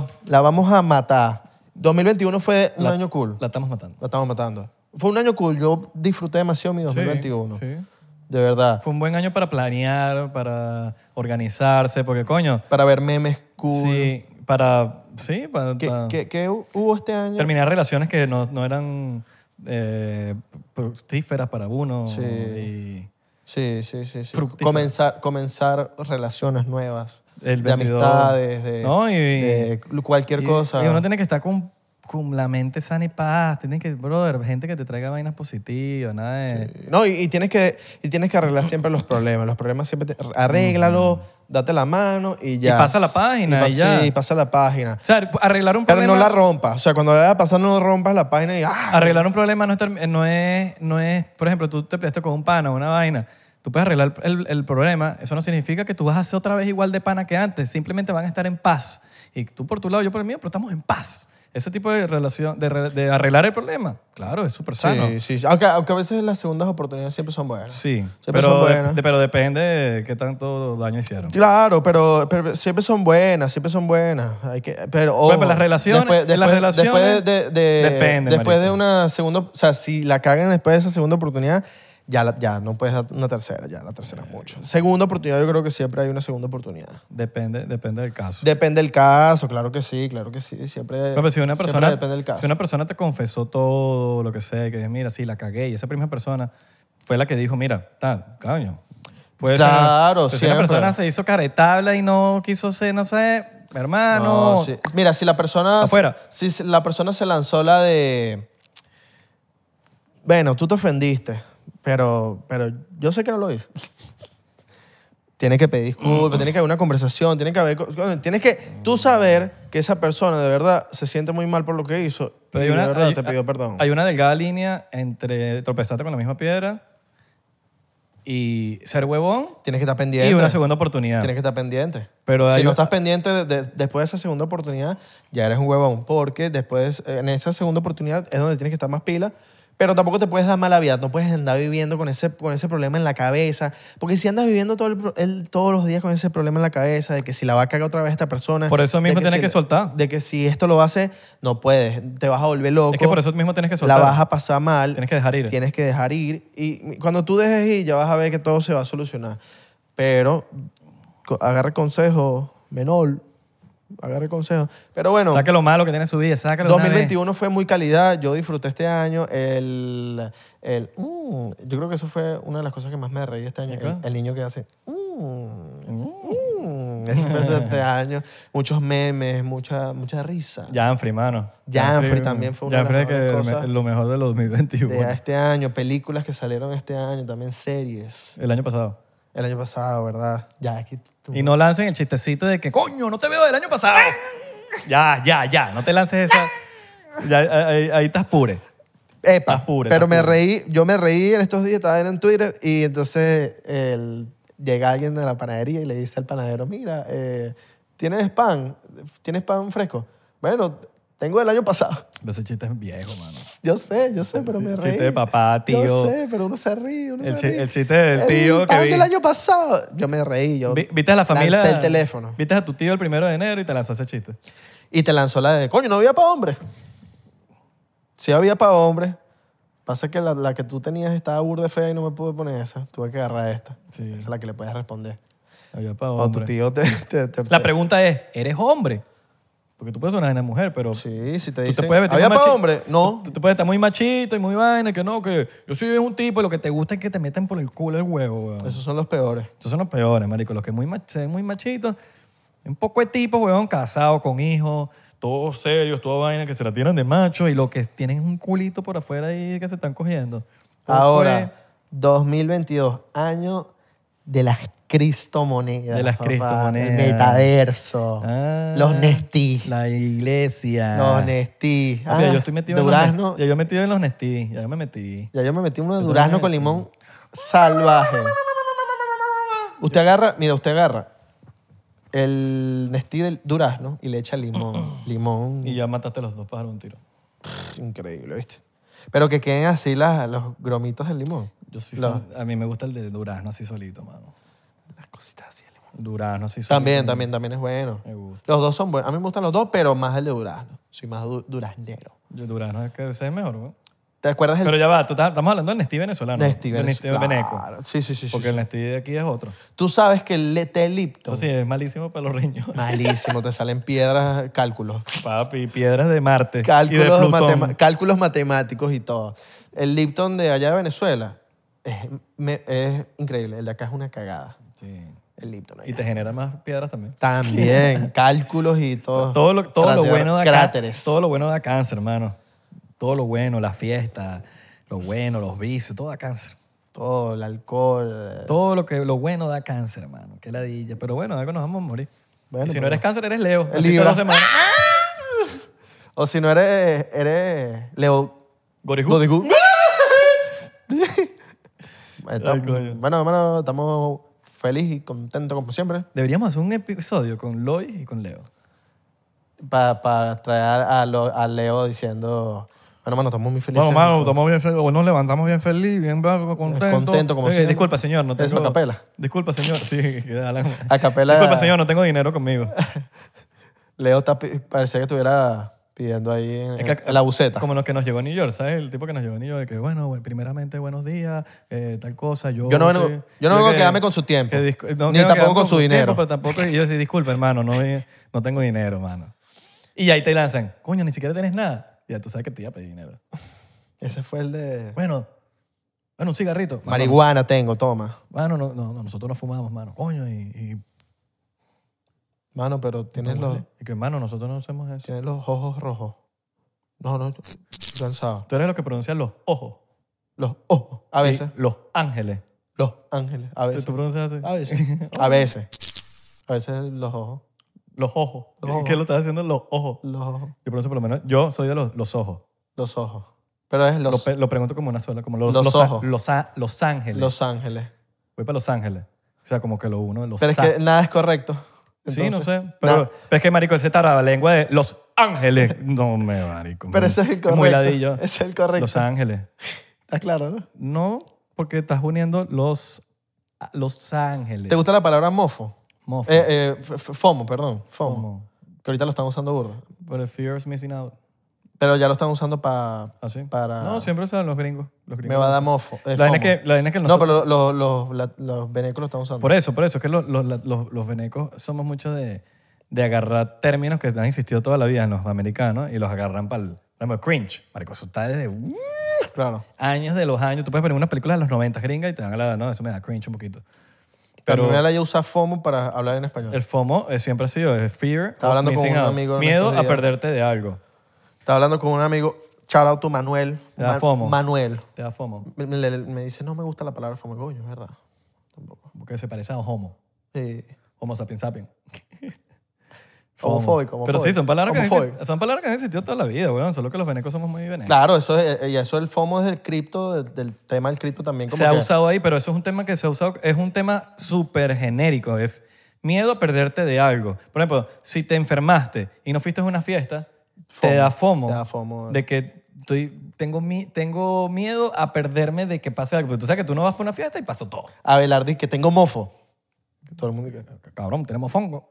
A: 2022
B: La vamos a matar. 2021 fue un
A: La-
B: año cool.
A: la estamos matando.
B: La estamos matando. Fue un año cool. Yo disfruté demasiado mi 2021.
A: Sí, sí.
B: De verdad.
A: Fue un buen año para planear, para organizarse, porque coño,
B: Para ver memes cool.
A: sí, para, sí, para,
B: ¿Qué,
A: para
B: qué- qué hubo este año?
A: terminar relaciones que no, no eran eh, fructíferas para uno.
B: Sí.
A: Y
B: Sí, sí, sí. sí.
A: Fructífero.
B: Comenzar, comenzar relaciones nuevas.
A: El
B: de
A: 22.
B: amistades, de,
A: No, y-
B: de cualquier
A: y- eh,
B: cosa.
A: Y uno tiene que estar con, con la mente sana y paz. Tienes que, brother, gente que te traiga vainas positivas, nada de...
B: No, y, y tienes que, y tienes que arreglar siempre los problemas. Los problemas siempre te- arréglalos, date la mano y ya.
A: Y pasa la página, y ya.
B: Sí, pasa la página.
A: O sea, arreglar un
B: Pero
A: problema...
B: no la rompas. O sea, cuando la vas a pasar, no rompas la página y ¡ah!
A: Arreglar un problema no es, term- no es, no es, por ejemplo, tú te peleaste con un pana, una vaina, tú puedes arreglar el, el problema, eso no significa que tú vas a ser otra vez igual de pana que antes, simplemente van a estar en paz. Y tú por tu lado, yo por el mío, pero estamos en paz. Ese tipo de relación, de, re- de arreglar el problema, claro, es súper sano.
B: Sí, sí. sí. Aunque, aunque a veces las segundas oportunidades siempre son buenas.
A: Ah, Sí,
B: Siempre son
A: pero, de-
B: buenas.
A: de- pero depende de qué tanto daño hicieron.
B: Claro, pero, pero siempre son buenas, siempre son buenas. Hay que, pero ojo,
A: Bueno, pero las relaciones- en las relaciones
B: después de, de-
A: depende,
B: después de
A: marico.
B: una segunda, o sea, si la cagan después de esa segunda oportunidad, ya, la- ya no puedes dar una tercera, ya la tercera es mucho. Segunda oportunidad, yo creo que siempre hay una segunda oportunidad.
A: Depende, depende del caso.
B: Depende del caso, claro que sí, claro que sí, siempre.
A: No, pero si una
B: siempre
A: persona,
B: depende del caso.
A: si una persona te confesó todo lo que sé, que mira, sí, la cagué, y esa primera persona fue la que dijo, mira, tal, coño. Puede ser, una-
B: Claro,
A: pues, si una
B: siempre.
A: persona se hizo caretabla y no quiso ser, no sé, hermano.
B: No, sí. Mira, si la persona.
A: Ah, Afuera.
B: Si se- la persona se lanzó la de. Bueno, tú te ofendiste, pero, pero yo sé que no lo hice. Tiene que pedir disculpas, tiene que haber una conversación, tiene que haber. co- co- Tienes que tú saber que esa persona de verdad se siente muy mal por lo que hizo
A: Pero
B: y
A: hay una,
B: de verdad
A: hay-
B: te pidió perdón.
A: Hay una delgada línea entre tropezarte con la misma piedra y ser huevón
B: Tienes que estar pendiente.
A: y una segunda oportunidad.
B: Tienes que estar pendiente.
A: Pero
B: si
A: hay-
B: no estás pendiente de- de- después de esa segunda oportunidad, ya eres un huevón. Porque después, en esa segunda oportunidad es donde tienes que estar más pila. Pero tampoco te puedes dar mala vida. No puedes andar viviendo con ese, con ese problema en la cabeza. Porque si andas viviendo todo el pro- el- todos los días con ese problema en la cabeza, de que si la va a cagar otra vez esta persona.
A: Por eso
B: de
A: mismo tienes
B: si-
A: que soltar.
B: De que si esto lo hace, no puedes. Te vas a volver loco.
A: es que por eso mismo tienes que
B: la
A: soltar.
B: vas a pasar mal
A: Tienes que dejar ir.
B: tienes que dejar ir. Y cuando tú dejes ir, ya vas a ver que todo se va a solucionar. Pero co- agarra consejo menor. Agarra consejo. Pero bueno,
A: Saca lo malo que tiene su vida, sácalo. de una vez.
B: 2021 fue muy calidad. Yo disfruté este año. El, el, mm, yo creo que eso fue una de las cosas que más me reí este año. El, el niño que hace. mm, mm. Eso fue todo este año. Muchos memes, mucha, mucha risa.
A: Janfrey, mano.
B: Janfrey también fue una de las
A: Janfrey que
B: mejores
A: me-
B: cosas.
A: lo mejor de los 2021.
B: De este año, películas que salieron este año, también series.
A: El año pasado.
B: El año pasado, ¿verdad? Ya, aquí tú-
A: Y no lancen el chistecito de que, coño, no te veo del año pasado. ya, ya, ya. No te lances esa. Ya, ahí, ahí estás pure.
B: Epa,
A: Estás pura,
B: pero
A: estás
B: me
A: pura.
B: reí, yo me reí en estos días, estaba en Twitter y entonces el- llega alguien de la panadería y le dice al panadero, mira, eh, ¿tienes pan? ¿Tienes pan fresco? Pero tengo del año pasado.
A: Ese chiste es viejo, mano.
B: Yo sé, yo sé, pero me
A: Chiste
B: reí.
A: de papá,
B: Yo
A: tío.
B: sé, pero uno se ríe, uno
A: El
B: se
A: chi-
B: ríe.
A: el chiste del tío que
B: pan
A: vi.
B: del año pasado. Yo me reí, yo
A: Vi- ¿Viste a la familia?
B: lancé el teléfono.
A: ¿Viste a tu tío el primero de enero y te lanzó ese chiste?
B: Y te lanzó la de, coño, no había para hombres. Sí había para hombres. Pasa que la, la que tú tenías estaba burda de fea y no me pude poner esa. Tuve que agarrar esta.
A: Sí.
B: Esa es la que le puedes responder.
A: Había pa'
B: O tu
A: hombre.
B: tío te... te- te-
A: La pregunta es, ¿eres hombre? Porque tú puedes sonar una mujer, pero
B: Sí, si te
A: tú te
B: dicen,
A: puedes vestir
B: ¿había
A: muy
B: para
A: machi-
B: hombres? No.
A: Tú, tú puedes estar muy machito y muy vaina, que no, que yo soy un tipo y lo que te gusta es que te metan por el culo el huevo, weón.
B: Esos son los peores.
A: Esos son los peores, marico. Los que muy mach- se ven muy machitos. Un poco de tipos, weón, casados, con hijos, todos serios, toda vaina, que se la tienen de macho y lo que tienen es un culito por afuera ahí que se están cogiendo. Pues, Poco de-
B: Ahora, 2022, año de las cristomonedas.
A: De las
B: papá.
A: cristomonedas.
B: El metaverso.
A: Ah,
B: los Nestí.
A: La iglesia.
B: Los Nestí.
A: O sea,
B: Ah,
A: yo estoy metido en
B: Durazno.
A: los Ya yo metido en los Nestí. Ya yo me metí.
B: Ya yo me metí uno de
A: Yo también.
B: durazno con limón salvaje. Usted agarra, mira, usted agarra el Nestí del durazno y le echa limón. Limón.
A: Y ya mataste a los dos pájaros de un tiro.
B: Pff, Increíble, ¿viste? Pero que queden así las, los gromitos del limón.
A: Yo soy
B: Los-
A: fan- A mí me gusta el de durazno así solito, mano.
B: Las cositas así de limón.
A: Durazno así solito.
B: También, también, también es bueno.
A: Me gusta.
B: Los dos son buenos. A mí me gustan los dos, pero más el de durazno. Soy más du- duraznero.
A: El durazno es que ese es mejor, weón.
B: ¿Te acuerdas del
A: Pero ya va, tú estás- estamos hablando del Nestí venezolano.
B: Nestí
A: Del Nestí
B: venezolano?
A: veneco.
B: Claro. Sí, sí, sí. sí,
A: Porque
B: sí.
A: el Nestí de aquí es otro.
B: Tú sabes que el té Lipton,
A: Eso sí, es malísimo para los riñones.
B: malísimo, te salen piedras, cálculos.
A: Papi, piedras de Marte. y de
B: cálculos,
A: Plutón.
B: matema- cálculos matemáticos y todo. El Lipton de allá de Venezuela es, me- es increíble. El de acá es una cagada.
A: Sí.
B: El Lipton. allá.
A: Y te genera más piedras también.
B: También, cálculos y todo.
A: Todo lo, todo lo
B: Cráter-
A: bueno da
B: Oh, Cráteres.
A: cáncer. Todo lo bueno da cáncer, hermano. Todo lo bueno, las fiestas, lo bueno, los vicios, todo da cáncer.
B: Todo, el alcohol.
A: Todo lo que lo bueno da cáncer, hermano. Qué ladilla. Pero bueno, de algo nos vamos a morir.
B: Bueno,
A: y si no
B: pero-
A: eres cáncer, eres Leo.
B: El
A: Así
B: Libra.
A: todas las semanas.
B: O si no eres, eres Leo.
A: Gorijú.
B: Godegú.
A: Ay,
B: Estamos-
A: coño.
B: bueno, hermano, estamos felices y contentos como siempre
A: Deberíamos hacer un episodio con Lois y con Leo.
B: para traer a, lo- a Leo diciendo, bueno, hermano, estamos muy felices.
A: Vamos, mano, estamos bien fel- hoy nos levantamos bien feliz, bien bravo, contento. Eh,
B: Contento, como siempre.
A: Disculpa, señor, no
B: Eso,
A: tengo...
B: a capela.
A: Disculpa, señor. Sí, que Alan-
B: A capela-
A: Disculpa, señor, no tengo dinero conmigo.
B: Leo está, pi- parecía que estuviera pidiendo ahí en,
A: Es que- ah,
B: en la buceta.
A: Como los que nos llegó a New York, ¿sabes? El tipo que nos llegó a New York, que bueno, bueno, primeramente, buenos días, eh, tal cosa. Yo,
B: Yo no vengo-
A: que-
B: yo no vengo a quedarme con su tiempo,
A: que discu-
B: ni
A: quiero
B: tampoco
A: quedarme
B: con su dinero.
A: Pero tampoco, y yo decía, disculpa, hermano, no, eh, no tengo dinero, hermano. Y ahí te lanzan, coño, ni siquiera tienes nada. Ya tú sabes que te iba a pedir dinero.
B: Ese fue el de...
A: Bueno, Bueno, un cigarrito. Mano,
B: Marihuana tengo, toma.
A: Mano, no, no, no, nosotros no fumábamos, mano. Coño, y. y
B: Mano, pero tienes los,
A: y que, mano, nosotros no hacemos eso.
B: tienes los ojos rojos. No, no, yo estoy cansado.
A: Tú eres lo que pronuncia los ojos.
B: Los ojos, a veces.
A: Y Los ángeles.
B: Los ángeles, a
A: ¿Tú
B: veces.
A: tú pronuncias así? Oh,
B: A veces. A veces. A veces los ojos.
A: Los ojos.
B: Los ojos.
A: ¿Qué lo estás haciendo? Los ojos.
B: Los ojos.
A: Yo pronuncio por lo menos. Yo soy de los, los ojos.
B: Los ojos. Pero es
A: Lo,
B: los,
A: pe- lo pregunto como una sola, como los,
B: Los
A: los a-
B: ojos.
A: Los, a- los ángeles.
B: los ángeles.
A: Voy para Los Ángeles. O sea, como que lo uno de los
B: Pero es
A: sa-
B: que nada es correcto.
A: Sí, no
B: Entonces,
A: sé. Pero,
B: nada.
A: pero es que, marico, ese la lengua de Los Ángeles. No me, marico.
B: Pero ese es el correcto.
A: Muy ladillo.
B: Ese es el correcto.
A: Los Ángeles.
B: Está Ah, claro, ¿no?
A: No, porque estás uniendo los, a- los Ángeles.
B: ¿Te gusta la palabra mofo?
A: Mofo.
B: Eh, oh. eh, f- f- FOMO, perdón. FOMO.
A: Como,
B: Que ahorita lo están usando burda.
A: But if fear is missing out.
B: Pero ya lo están usando para...
A: Así.
B: Para-
A: No, siempre usan los gringos. Los gringos
B: Me va a dar mofo. eh,
A: La vaina es
B: FOMO.
A: que, la vaina es que
B: No,
A: nosotros-
B: pero lo- lo- los, la- los venecos lo están usando.
A: Por eso, por eso. Es que los, los, la- los, los venecos somos muchos de, de agarrar términos que han existido toda la vida en los americanos y los agarran para el... Por ejemplo, cringe. Marico, eso está desde uh,
B: Claro.
A: años de los años. Tú puedes poner unas películas de los 90 gringas y te dan a la... No, eso me da cringe un poquito.
B: Pero
A: Pero-
B: mi abuela ya usa FOMO para hablar en español.
A: El FOMO eh, siempre ha sido eh, fear
B: Estaba
A: of
B: hablando con
A: missing
B: un
A: out.
B: amigo en
A: Miedo
B: estos
A: a
B: días.
A: perderte de algo.
B: Estaba hablando con un amigo, shout out to Manuel.
A: Te da FOMO.
B: Manuel.
A: Te da FOMO.
B: Me, me- me dice, no me gusta la palabra FOMO. Coño, es verdad.
A: Porque se parece a homo.
B: Sí.
A: Homo sapiens sapiens. FOMO.
B: Homofóbico, homofóbico.
A: Pero sí, son palabras, que han,
B: Homofóbico.
A: exi- son palabras que han existido toda la vida, weón. Solo que los venecos somos muy venecos.
B: Claro, eso es, eh, y eso el FOMO es del cripto, del, del tema del cripto también. Como
A: se ha
B: que-
A: usado ahí, pero eso es un tema que se ha usado, es un tema súper genérico, es miedo a perderte de algo. Por ejemplo, si te enfermaste y no fuiste a una fiesta,
B: FOMO,
A: te da fomo.
B: te da FOMO.
A: De que estoy, tengo, mi- tengo miedo a perderme de que pase algo. Pero tú sabes que tú no vas para una fiesta y pasó todo.
B: Abelardo y que tengo mofo. Que Todo el mundo dice,
A: Cabrón, tenemos fongo.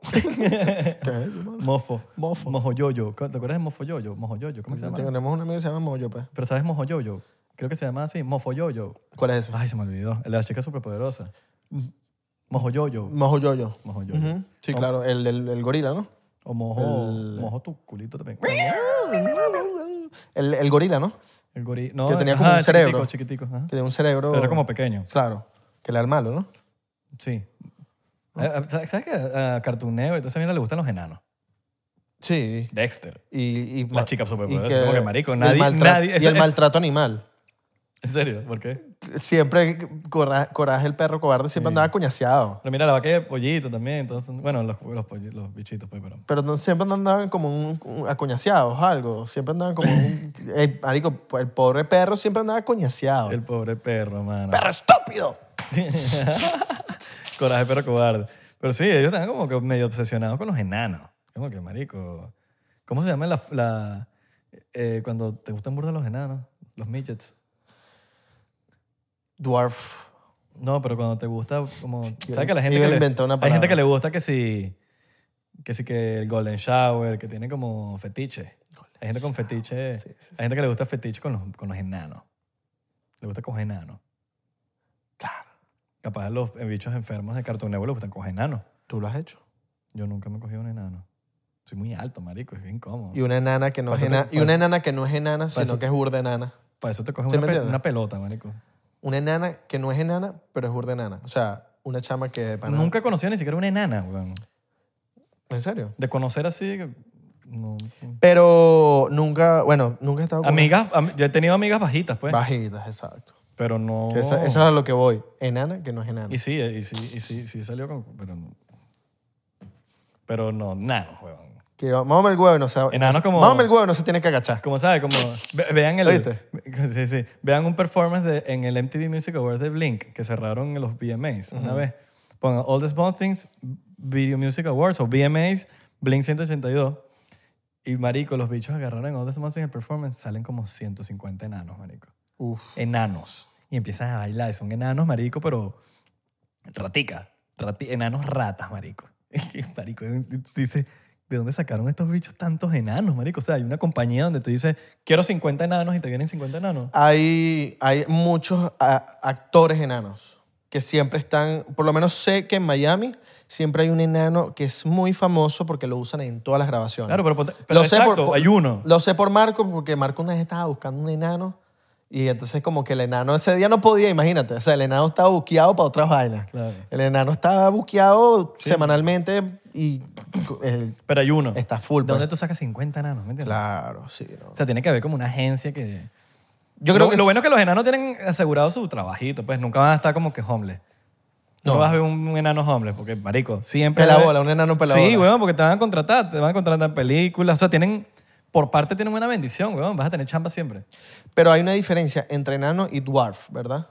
A: Mofo.
B: Mofo.
A: Mojo yoyo. ¿Te acuerdas de mojo yoyo? Mojo yoyo, ¿cómo se llama?
B: Tenemos un amigo que se llama Moyo, pues.
A: Pero ¿sabes mojo yoyo? Creo que se llama así, mofo yoyo.
B: ¿Cuál es ese?
A: Ay, se me olvidó. El de la chica superpoderosa.
B: Mm.
A: Mojo yoyo.
B: Mojo Yoyo.
A: Mojo yoyo.
B: Ujú. Sí, claro, el, el, el gorila, ¿no?
A: O mojo, mojo tu culito también.
B: El, el gorila, ¿no?
A: El gorila. No,
B: Que tenía como un cerebro.
A: Chiquitico, chiquitico. ajá.
B: Que tiene un cerebro.
A: Pero era como pequeño.
B: Claro, que le da el malo, ¿no?
A: Sí.
B: Ah.
A: Eh, eh, ¿Sabes que a Cartuneo y toda esa mierda le gustan los enanos?
B: Sí.
A: Dexter.
B: Y, y
A: Las chicas superpoderosas, como que, marico,
B: y el
A: nadie-
B: maltra-
A: nadie-
B: y
A: eso-
B: el
A: eso-
B: maltrato animal.
A: ¿En serio? ¿Por qué?
B: Siempre corra- coraje el perro cobarde siempre andaba coñaseado.
A: Pero mira, la vaca de pollito también. Entonces, bueno, los, los, polli- los bichitos, pues, pero...
B: Pero no, siempre andaban como un, un- acoñaseados o algo. Siempre andaban como un... El, marico, el pobre perro siempre andaba coñaseado.
A: El pobre perro, mano.
B: Ah. ¡Perro estúpido!
A: Coraje, perro cobarde. Pero sí, ellos están como que medio obsesionados con los enanos. Como que, marico... ¿Cómo se llama la... la- eh, cuando te gustan burda los enanos? Los midgets.
B: Dwarf.
A: No, pero cuando te gusta, como.
B: Iba-
A: ¿Sabes que la gente
B: iba
A: que
B: a
A: le-
B: inventar una
A: Hay gente
B: palabra.
A: que le gusta que si. Que sí, que el Golden Shower, que tiene como fetiche. Hay gente con fetiche. Hay gente que le gusta fetiche con los, con los enanos. Le gusta coger enanos.
B: Claro.
A: Capaz los bichos enfermos de Cartoon Network le gustan coger enanos.
B: Tú lo has hecho.
A: Yo nunca me he cogido un enano. Soy muy alto, marico, es bien cómodo.
B: Y una enana que no es
A: Pásate-
B: enana, y una
A: pásate.
B: enana que no es enana,
A: Pásate.
B: sino que es burda enana.
A: Para eso te coges
B: ¿Sí
A: una,
B: me
A: pe-
B: entiendes?
A: una pelota, marico.
B: Una enana que no es enana, pero es burda enana. O sea, una chama que de pana-
A: Nunca he conocido ni siquiera una enana, weón.
B: ¿En serio?
A: De conocer así. que- No.
B: Pero nunca, bueno, nunca he estado con
A: Amigas, am- yo he tenido amigas bajitas, pues. Oh.
B: bajitas, exacto.
A: Pero no.
B: Que esa- eso es a lo que voy. Enana que no es enana.
A: Y sí, eh, y sí, y sí, sí salió con. Pero no. Pero no, nano, huevón.
B: Que va- mámame el huevo y no se...
A: Enano
B: no se-
A: como-
B: Mámame el huevo y no se tiene que agachar.
A: Como sabes, como. ve- vean el.
B: ¿Oíste?
A: Sí, sí. vean un performance de- en el MTV Music Awards de Blink que cerraron en los VMAs una vez. Pongan All the Small Things, Video Music Awards o VMAs, Blink 182. Y marico, los bichos agarraron en All the Small Things el performance, salen como 150 enanos, marico.
B: Uf.
A: enanos y empiezan a bailar. Son enanos, marico, pero ratica. Rati- enanos ratas, marico. marico, dice, ¿de dónde sacaron estos bichos tantos enanos, marico? O sea, hay una compañía donde tú dices, quiero 50 enanos y te vienen 50 enanos.
B: Ah, Hay, hay muchos a- actores enanos que siempre están, por lo menos sé que en Miami siempre hay un enano que es muy famoso porque lo usan en todas las grabaciones.
A: Claro, pero, ponte- pero exacto, hay uno.
B: Lo sé por Marco porque Marco una vez estaba buscando un enano Y entonces como que el enano ese día no podía, imagínate. O sea, el enano estaba buqueado para otras vainas.
A: Claro.
B: El enano estaba buqueado semanalmente y eh,
A: Pero hay uno.
B: está full.
A: ¿De dónde
B: pues.
A: tú sacas 50 enanos? ¿Me entiendes?
B: Claro, sí. no.
A: O sea, tiene que haber como una agencia que...
B: Yo creo
A: lo,
B: que
A: lo
B: s-
A: bueno es que los enanos tienen asegurado su trabajito, pues nunca van a estar como que homeless. No,
B: No.
A: vas a ver un, un enano homeless, porque, marico, siempre...
B: Pela
A: va a-
B: bola, un enano pela
A: Sí,
B: bola.
A: weón, porque te van a contratar, te van a contratar en películas, o sea, tienen... Por parte tienen una bendición, weón, vas a tener chamba siempre.
B: Pero hay una diferencia entre enano y dwarf, ¿verdad?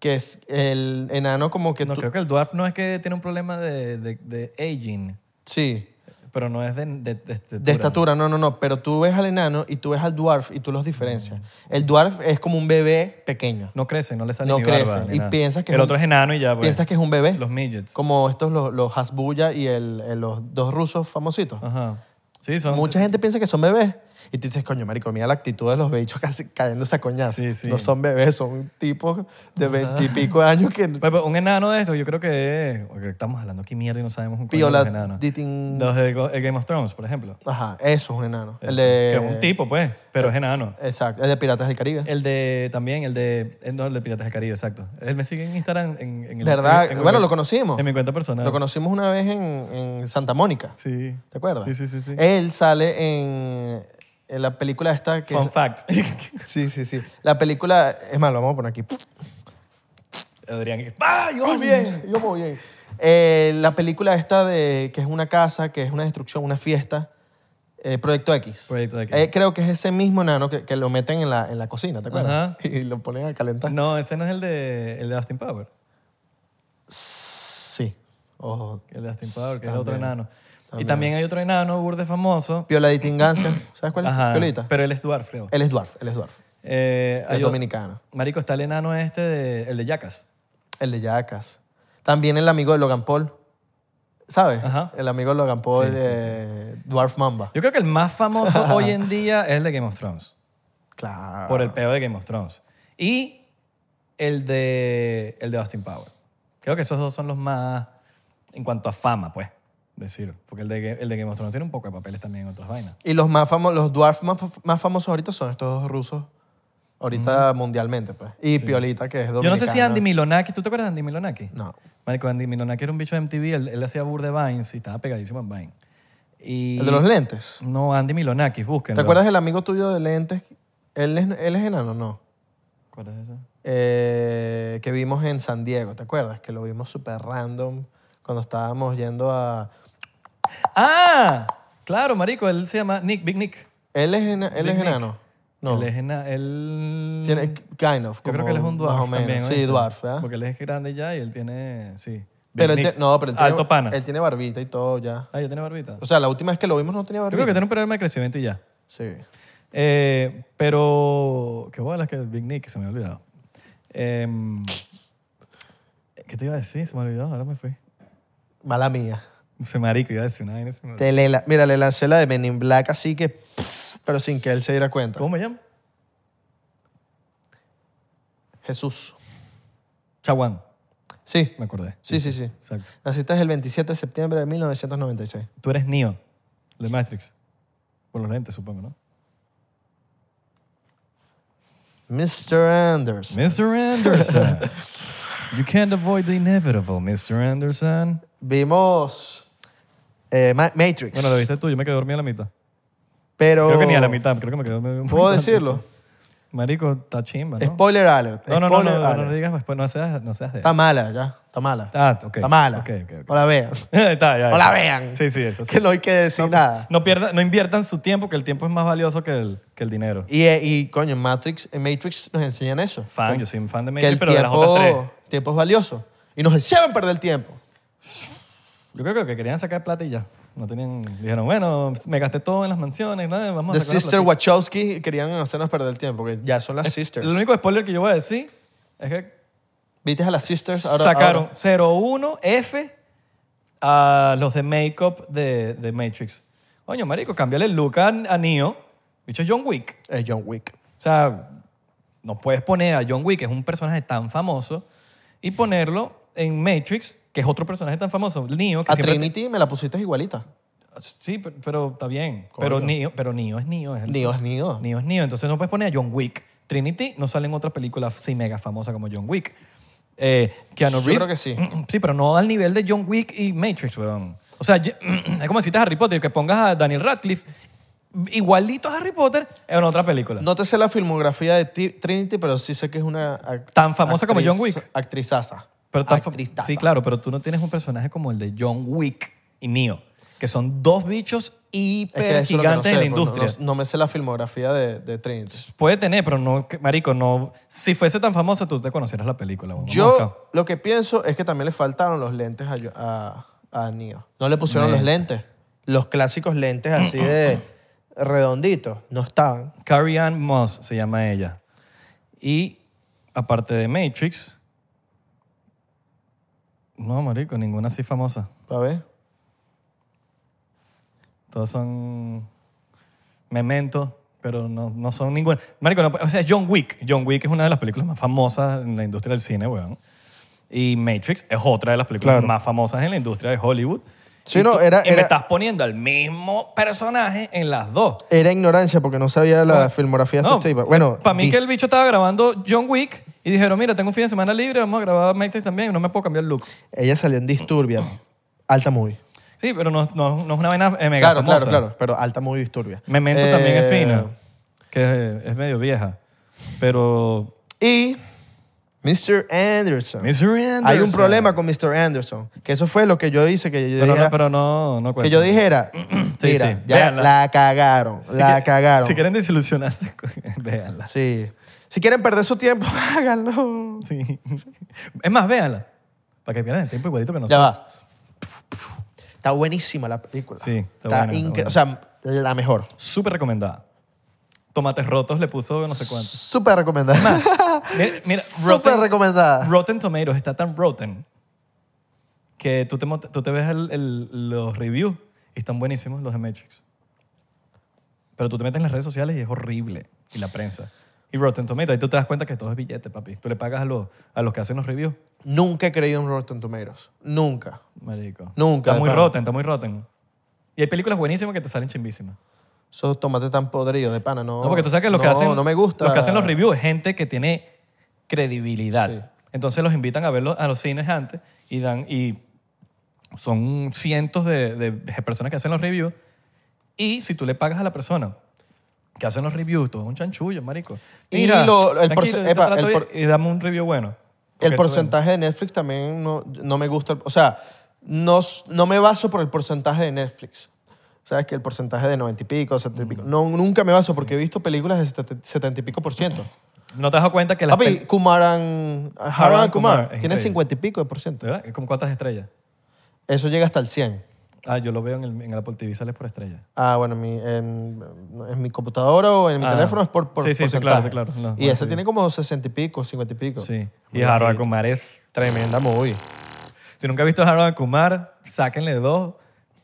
B: Que es el enano como que
A: No,
B: tú-
A: creo que el dwarf no es que tiene un problema de, de- de aging,
B: Sí,
A: pero no es de, de, de estatura.
B: de estatura, no, no, no. Pero tú ves al enano y tú ves al dwarf y tú los diferencias. El dwarf es como un bebé pequeño.
A: No crecen, no le sale
B: No
A: ni barba,
B: crecen,
A: ni
B: y
A: nada.
B: piensas que
A: El
B: es un-
A: otro es enano y ya, pues.
B: Piensas que es un bebé.
A: Los midgets.
B: Como estos, los, los Hasbulla y el- el- los dos rusos famositos.
A: Ajá. Sí, son...
B: Mucha gente piensa que son bebés. Y tú dices, coño, marico, mira la actitud de los bichos casi cayéndose a coñazo.
A: Sí, sí.
B: No son bebés, son tipos de veintipico años que...
A: Pues, pues, un enano de estos, yo creo que es. porque Estamos hablando aquí mierda y no sabemos un coño de los
B: Piola
A: enanos.
B: ditin-
A: Los de Go- el Game of Thrones, por ejemplo.
B: Ajá, eso es un enano. El
A: Que
B: de...
A: es un tipo, pues, pero es enano.
B: Exacto, el de Piratas del Caribe.
A: El de. También, el de. el- No, el de Piratas del Caribe, exacto. Él me sigue en Instagram. En, en el-
B: ¿Verdad?
A: en- en-
B: bueno, lo conocimos.
A: En mi cuenta personal.
B: Lo conocimos una vez en, en Santa Mónica.
A: Sí.
B: ¿Te acuerdas?
A: Sí, sí, sí. sí.
B: Él sale en, en la película esta que...
A: Fun fact.
B: Sí, sí, sí. La película... Es más, lo vamos a poner aquí.
A: Adrián. ¡Ah, yo
B: Yo bien, yo muy bien. Eh, la película esta de que es una casa, que es una destrucción, una fiesta, eh, Proyecto X.
A: Proyecto X.
B: Eh, creo que es ese mismo nano que, que lo meten en la, en la cocina, ¿te acuerdas?
A: Ajá.
B: Y lo ponen a calentar.
A: No, ese no es el de, el de Austin Power.
B: Sí. Ojo.
A: El de Austin Power, que es el otro
B: También.
A: enano. Y
B: También.
A: también hay otro enano, burde famoso.
B: Piola de Tinganza. ¿Sabes cuál es?
A: Ajá,
B: Piolita.
A: Pero él es Dwarf, creo.
B: Él es dwarf, él es dwarf.
A: Eh,
B: El
A: hay o-
B: dominicano.
A: Marico, está el enano este, de- el de Yacas.
B: El de Yacas. También el amigo de Logan Paul. ¿Sabes?
A: Ajá.
B: El amigo de Logan Paul,
A: Sí, sí,
B: eh, Dwarf Mamba.
A: Yo creo que el más famoso hoy en día es el de Game of Thrones.
B: Claro.
A: Por el peo de Game of Thrones. Y el de, el de Austin Power. Creo que esos dos son los más, en cuanto a fama, pues, decir. Porque el de, Ga- el de Game of Thrones tiene un poco de papeles también en otras vainas.
B: Y los más famosos, los dwarfs más, fa- más famosos ahorita son estos dos rusos. Ahorita mundialmente, pues. Y Piolita, que es dominicano.
A: Mm. Yo no sé si Andy Milonaki, ¿tú te acuerdas de Andy Milonaki?
B: No.
A: Marico, Andy Milonaki era un bicho de MTV, él, él hacía burde Vines y estaba pegadísimo en Vine. Y,
B: El de los lentes.
A: No, Andy Milonaki, búsquenlo.
B: ¿Te acuerdas del amigo tuyo de lentes? Él es, él es enano, no.
A: ¿Cuál es ese?
B: Eh, que vimos en San Diego, ¿te acuerdas? Que lo vimos súper random cuando estábamos yendo a...
A: ¡Ah! Claro, marico, él se llama Nick, Big Nick.
B: Él es, ena- él
A: Big
B: es
A: Nick.
B: enano. No.
A: Él es ena- él-
B: Tiene, kind of.
A: Yo creo
B: como
A: que él es un dwarf
B: Más o menos.
A: también.
B: sí,
A: ¿oíste?
B: dwarf, ¿verdad?
A: Porque él es grande ya y él tiene... Sí. Big
B: Pero él
A: Nick.
B: tiene- no, pero él tiene,
A: Alto pana.
B: Él tiene barbita y todo ya.
A: Ah, ya tiene barbita.
B: O sea, la última vez que lo vimos no tenía
A: Yo
B: barbita.
A: creo que tiene un problema de crecimiento y ya.
B: Sí.
A: Eh, pero... Qué bolas que Big Nick, se me ha olvidado. Em, ¿Qué te iba a decir? Se me olvidó, ahora me fui.
B: Mala mía.
A: Se marico, iba a decir una vaina. se me olvidó.
B: Te le la- mira, le lancé la de Men in Black así que... pff, pero sin que él se diera cuenta.
A: ¿Cómo me llamo?
B: Jesús.
A: Chaguán.
B: Sí.
A: Me acordé.
B: Sí, sí, sí.
A: Exacto.
B: Naciste el 27 de septiembre de 1996.
A: Tú eres Neo, de Matrix. Por los lentes, supongo, ¿no?
B: Mr. Anders.
A: Mr. Anderson. you can't avoid the inevitable, Mr. Anderson.
B: Vimos eh, Ma- Matrix.
A: Bueno, lo viste tú, yo me quedé dormido a la mitad.
B: Pero...
A: Creo que ni a la mitad, creo que me quedé dormido. un
B: Oh. ¿Puedo
A: montón.
B: decirlo?
A: Marico, está chimba, ¿no?
B: Spoiler alert.
A: no, no, no, no,
B: spoiler
A: no, no,
B: alert.
A: digas, pues, no seas, no seas de
B: Está
A: eso.
B: mala ya. Está mala.
A: Ah, ok.
B: Está mala.
A: Ok, ok, ok.
B: No la vean.
A: Está, ya, ya.
B: No la vean.
A: Sí, sí, eso sí.
B: Que no hay que decir nada.
A: No, pierdan, no inviertan su tiempo, que el tiempo es más valioso que el, que el dinero.
B: Y, eh, y coño, en Matrix, en Matrix nos enseñan eso.
A: Fan, yo soy un fan de
B: que
A: Matrix,
B: el
A: pero de las
B: tiempo,
A: otras tres.
B: tiempo es valioso. Y nos hicieron perder el tiempo.
A: Yo creo que lo que querían sacar plata y ya. No tenían, dijeron, bueno, me gasté todo en las mansiones, ¿no? vamos a
B: The
A: sacar la
B: Sister
A: platica".
B: Wachowski querían hacernos perder el tiempo, que ya son las sisters.
A: El único spoiler que yo voy a decir es que
B: ¿Viste a las sisters? Ahora,
A: sacaron
B: ahora-
A: 01F a los de make-up de, de Matrix. Coño, marico, cambiarle el look a, a Neo. Bicho es John Wick.
B: Eh, John Wick.
A: O sea, no puedes poner a John Wick, que es un personaje tan famoso, y ponerlo en Matrix, que es otro personaje tan famoso. Neo, que
B: A
A: siempre...
B: Trinity me la pusiste igualita.
A: Sí, pero, pero está bien.
B: Coño.
A: Pero Neo, pero Neo es Neo. Es el-
B: Neo es Neo.
A: Neo es Neo. Entonces no puedes poner a John Wick, Trinity no salen otras películas así mega famosas como John Wick. Eh, Keanu
B: Yo
A: Reeves-
B: creo que sí.
A: Sí, pero no al nivel de John Wick y Matrix, weón. O sea, ye- es como si citas Harry Potter, que pongas a Daniel Radcliffe igualito a Harry Potter en otra película.
B: No te sé la filmografía de Ti- Trinity, pero sí sé que es una. ac-
A: Tan famosa como John Wick.
B: Actrizaza.
A: Pero tan fa-
B: Actrizaza.
A: sí, claro, pero tú no tienes un personaje como el de John Wick y Neo, que son dos bichos
B: Es que
A: hiper
B: eso es lo que no
A: gigantes
B: sé,
A: en la
B: pues, no-
A: industria.
B: No, no me sé la filmografía de, de Trinity.
A: Puede tener, pero no, que- marico, no. Si fuese tan famosa, tú te conocieras la película. weón. Vamos acá.
B: Yo lo que pienso es que también le faltaron los lentes a, yo- a, a Neo. No le pusieron los lentes. Los clásicos lentes así de redonditos. No estaban.
A: Carrie Ann Moss se llama ella. Y aparte de Matrix, no, marico, ninguna así famosa.
B: A ver.
A: Todas son memento, pero no, no son ninguna. Marico, no- o sea, es John Wick. John Wick es una de las películas más famosas en la industria del cine, weón. Y Matrix es otra de las películas
B: Claro.
A: más famosas en la industria de Hollywood.
B: Sí,
A: y
B: no,
A: tú-
B: era-
A: y me
B: era-
A: estás poniendo al mismo personaje en las dos.
B: Era ignorancia porque no sabía la filmografía de
A: No,
B: este tipo. Bueno,
A: Para mí
B: di-
A: que el bicho estaba grabando John Wick y dijeron, mira, tengo un fin de semana libre, vamos a grabar Matrix también, no me puedo cambiar el look.
B: ella salió en Disturbia. Alta movie.
A: Sí, pero no, no, no es una vaina eh, mega
B: Claro,
A: famosa.
B: claro, claro. Pero alta movie Disturbia.
A: Memento
B: Eh,
A: también es fina, que es, es medio vieja. Pero...
B: Y Mr. Anderson.
A: Mr.
B: Hay
A: Anderson.
B: un problema con Mr. Anderson. Que eso fue lo que yo hice. Que yo
A: Pero,
B: dijera,
A: no, pero no, no
B: que
A: cuenta.
B: yo dijera,
A: Sí,
B: mira,
A: sí,
B: ya
A: véanla.
B: la cagaron,
A: Si
B: la
A: que-
B: cagaron.
A: Si quieren desilusionarse, véanla.
B: Sí. Si quieren perder su tiempo, háganlo.
A: Sí. Es más, véanla. Para que pierdan el tiempo igualito que
B: Ya
A: nosotros.
B: va. Está buenísima la película.
A: Sí, está buena, está
B: incre-
A: buena.
B: O sea, la mejor.
A: Súper recomendada. Tomates rotos le puso no sé cuánto.
B: Súper recomendada.
A: Mira, mira,
B: Súper
A: Rotten-
B: recomendada.
A: Rotten Tomatoes está tan rotten que tú te, mont- tú te ves el- el- los reviews y están buenísimos los de Matrix. Pero tú te metes en las redes sociales y es horrible. Y la prensa. Y Rotten Tomatoes, ahí tú te das cuenta que todo es billete, papi. Tú le pagas a los, a los que hacen los reviews.
B: Nunca he creído en Rotten Tomatoes. Nunca.
A: Marico.
B: Nunca,
A: Está muy
B: de pana.
A: rotten, está muy rotten. Y hay películas buenísimas que te salen chimbísimas.
B: Esos tomates tan podridos de pana, no.
A: No, porque tú sabes que los que
B: no,
A: hacen.
B: No me gusta.
A: Los que hacen los reviews es gente que tiene credibilidad.
B: Sí.
A: Entonces los invitan a verlos a los cines antes y dan. Y son cientos de, de personas que hacen los reviews. Y si tú le pagas a la persona que hacen los reviews, todo es un chanchullo, marico.
B: Y
A: Mira,
B: lo- el
A: tranquilo,
B: porce-
A: yo te
B: epa,
A: trato
B: el
A: bien
B: por-
A: y dame un review bueno. Porque
B: El
A: eso
B: porcentaje de Netflix también no, no me gusta. O sea, no, s- no me baso por el porcentaje de Netflix. ¿Sabes? Que el porcentaje de 90 y pico, 70 y pico. No, nunca me baso porque he visto películas de 70 70 y pico por ciento.
A: vende. ¿No te has dado cuenta que las
B: Papi,
A: pel-
B: Kumaran,
A: Harold Kumar,
B: Harold Kumar,
A: es
B: tiene
A: increíble.
B: 50 y pico de por ciento.
A: ¿De verdad? ¿Cómo cuántas estrellas?
B: Eso llega hasta el 100.
A: Ah, yo lo veo en el, en el Apple TV, sales por estrella.
B: Ah, bueno, mi- en, en mi computadora o en mi
A: Ah.
B: teléfono es por, por
A: Sí, sí, está
B: porcentaje.
A: claro, está claro. No,
B: y
A: bueno,
B: ese
A: sí.
B: tiene como 60 y pico, 50 y pico.
A: Sí.
B: Muy
A: Y Harold
B: bajito.
A: Kumar es
B: Tremenda movie.
A: Si nunca han visto Harold Kumar, sáquenle dos,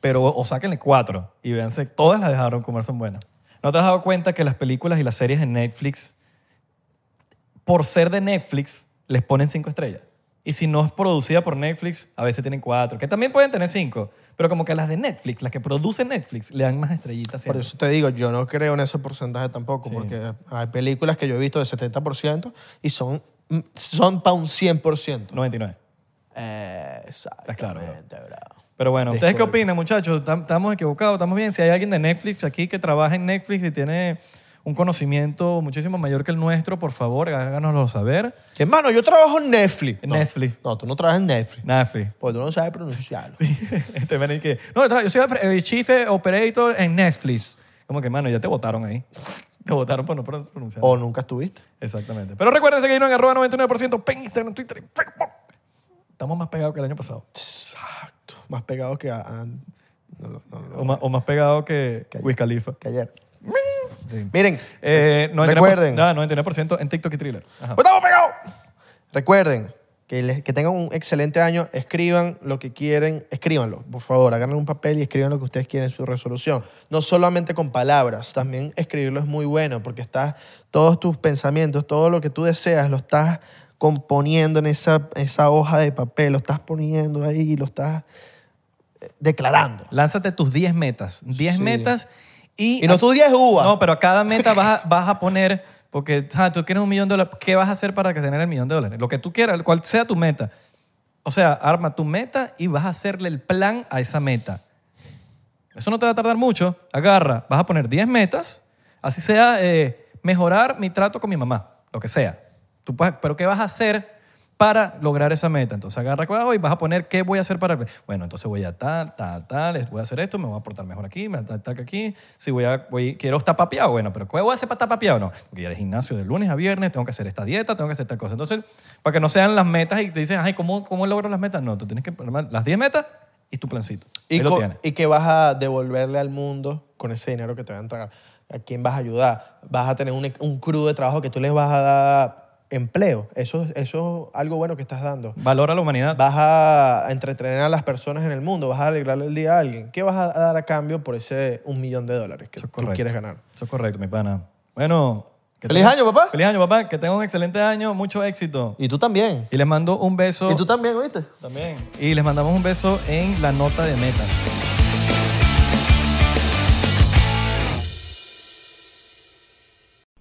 A: pero, o sáquenle cuatro. Y véanse, todas las de Harold Kumar son buenas. ¿No te has dado cuenta que las películas y las series de Netflix, por ser de Netflix, les ponen cinco estrellas? Y si no es producida por Netflix, a veces tienen cuatro, que también pueden tener cinco. Pero como que las de Netflix, las que produce Netflix, le dan más estrellitas.
B: Por
A: siempre.
B: eso te digo, yo no creo en ese porcentaje tampoco, porque hay películas que yo he visto de 70% y son, mm, son para un 100%.
A: 99.
B: Exactamente,
A: claro, bro.
B: bro.
A: Pero bueno, ¿ustedes qué
B: Disculpe.
A: opinan, muchachos? ¿Tam- ¿Estamos equivocados? ¿Estamos bien? Si hay alguien de Netflix aquí que trabaja en Netflix y tiene un conocimiento muchísimo mayor que el nuestro, por favor, háganoslo saber.
B: Hermano, yo trabajo en Netflix.
A: En
B: No,
A: Netflix.
B: No, tú no trabajas en Netflix,
A: Netflix.
B: porque tú no sabes pronunciarlo.
A: este man ahí que, no, tra- yo soy el chief operator en Netflix. Como que, mano, ya te votaron ahí. Te votaron por no pron- pronunciar.
B: O nunca estuviste.
A: Exactamente. Pero recuerden seguirnos en arroba 99% en Instagram, Twitter y Facebook. Estamos más pegados que el año pasado.
B: Exacto. Más pegado que, a- a- no, no, no,
A: O más, o más pegados que
B: Que-
A: Wiz Khalifa.
B: que ayer.
A: Sí.
B: Miren,
A: Eh, 99%,
B: Recuerden.
A: nada, 99% en TikTok y Thriller. Ajá.
B: ¡pues estamos pegados! Recuerden que, les- que tengan un excelente año. Escriban lo que quieren. Escríbanlo, por favor. Agarren un papel y escriban lo que ustedes quieren, su resolución. No solamente con palabras, también escribirlo es muy bueno porque estás todos tus pensamientos, todo lo que tú deseas, lo estás componiendo en esa, esa hoja de papel, lo estás poniendo ahí, lo estás eh, declarando.
A: Lánzate tus 10 metas. 10
B: Sí.
A: metas y...
B: Y no tú 10 uvas.
A: No, pero a cada meta vas a, vas a poner Porque ah, tú quieres un millón de dólares. ¿Qué vas a hacer para que tener el millón de dólares? Lo que tú quieras, cual sea tu meta. O sea, arma tu meta y vas a hacerle el plan a esa meta. Eso no te va a tardar mucho. Agarra, vas a poner 10 metas, así sea eh, mejorar mi trato con mi mamá, lo que sea. Tú puedes- pero ¿qué vas a hacer para lograr esa meta? Entonces agarra cuadrado y vas a poner qué voy a hacer para... Bueno, entonces voy a tal, tal, tal, es- voy a hacer esto, me voy a portar mejor aquí, me voy a tal, tal que aquí. Si voy a, voy- quiero estar papeado, bueno, pero ¿qué voy a hacer para estar papeado? No, porque ir al gimnasio de lunes a viernes, tengo que hacer esta dieta, tengo que hacer tal cosa. Entonces, para que no sean las metas y te dicen, ay, ¿cómo, cómo logro las metas? No, tú tienes que armar las 10 metas y tu plancito.
B: Y,
A: Ahí lo
B: co-
A: tienes.
B: y que vas a devolverle al mundo con ese dinero que te van a entregar. ¿A quién vas a ayudar? ¿Vas a tener un, un crew de trabajo que tú les vas a dar empleo? Eso, eso es algo bueno que estás dando.
A: Valora la humanidad.
B: Vas a entretener a las personas en el mundo, vas a alegrarle el día a alguien. ¿Qué vas a dar a cambio por ese un millón de dólares que
A: Eso es
B: tú
A: correcto.
B: quieres ganar?
A: Eso es correcto, mi pana. Bueno. que
B: ¡Feliz
A: tengas-
B: año, papá!
A: Feliz año, papá. Que tengas un excelente año, mucho éxito.
B: Y tú también.
A: Y les mando un beso.
B: Y tú también, ¿oíste?
A: también. Y les mandamos un beso en la nota de metas.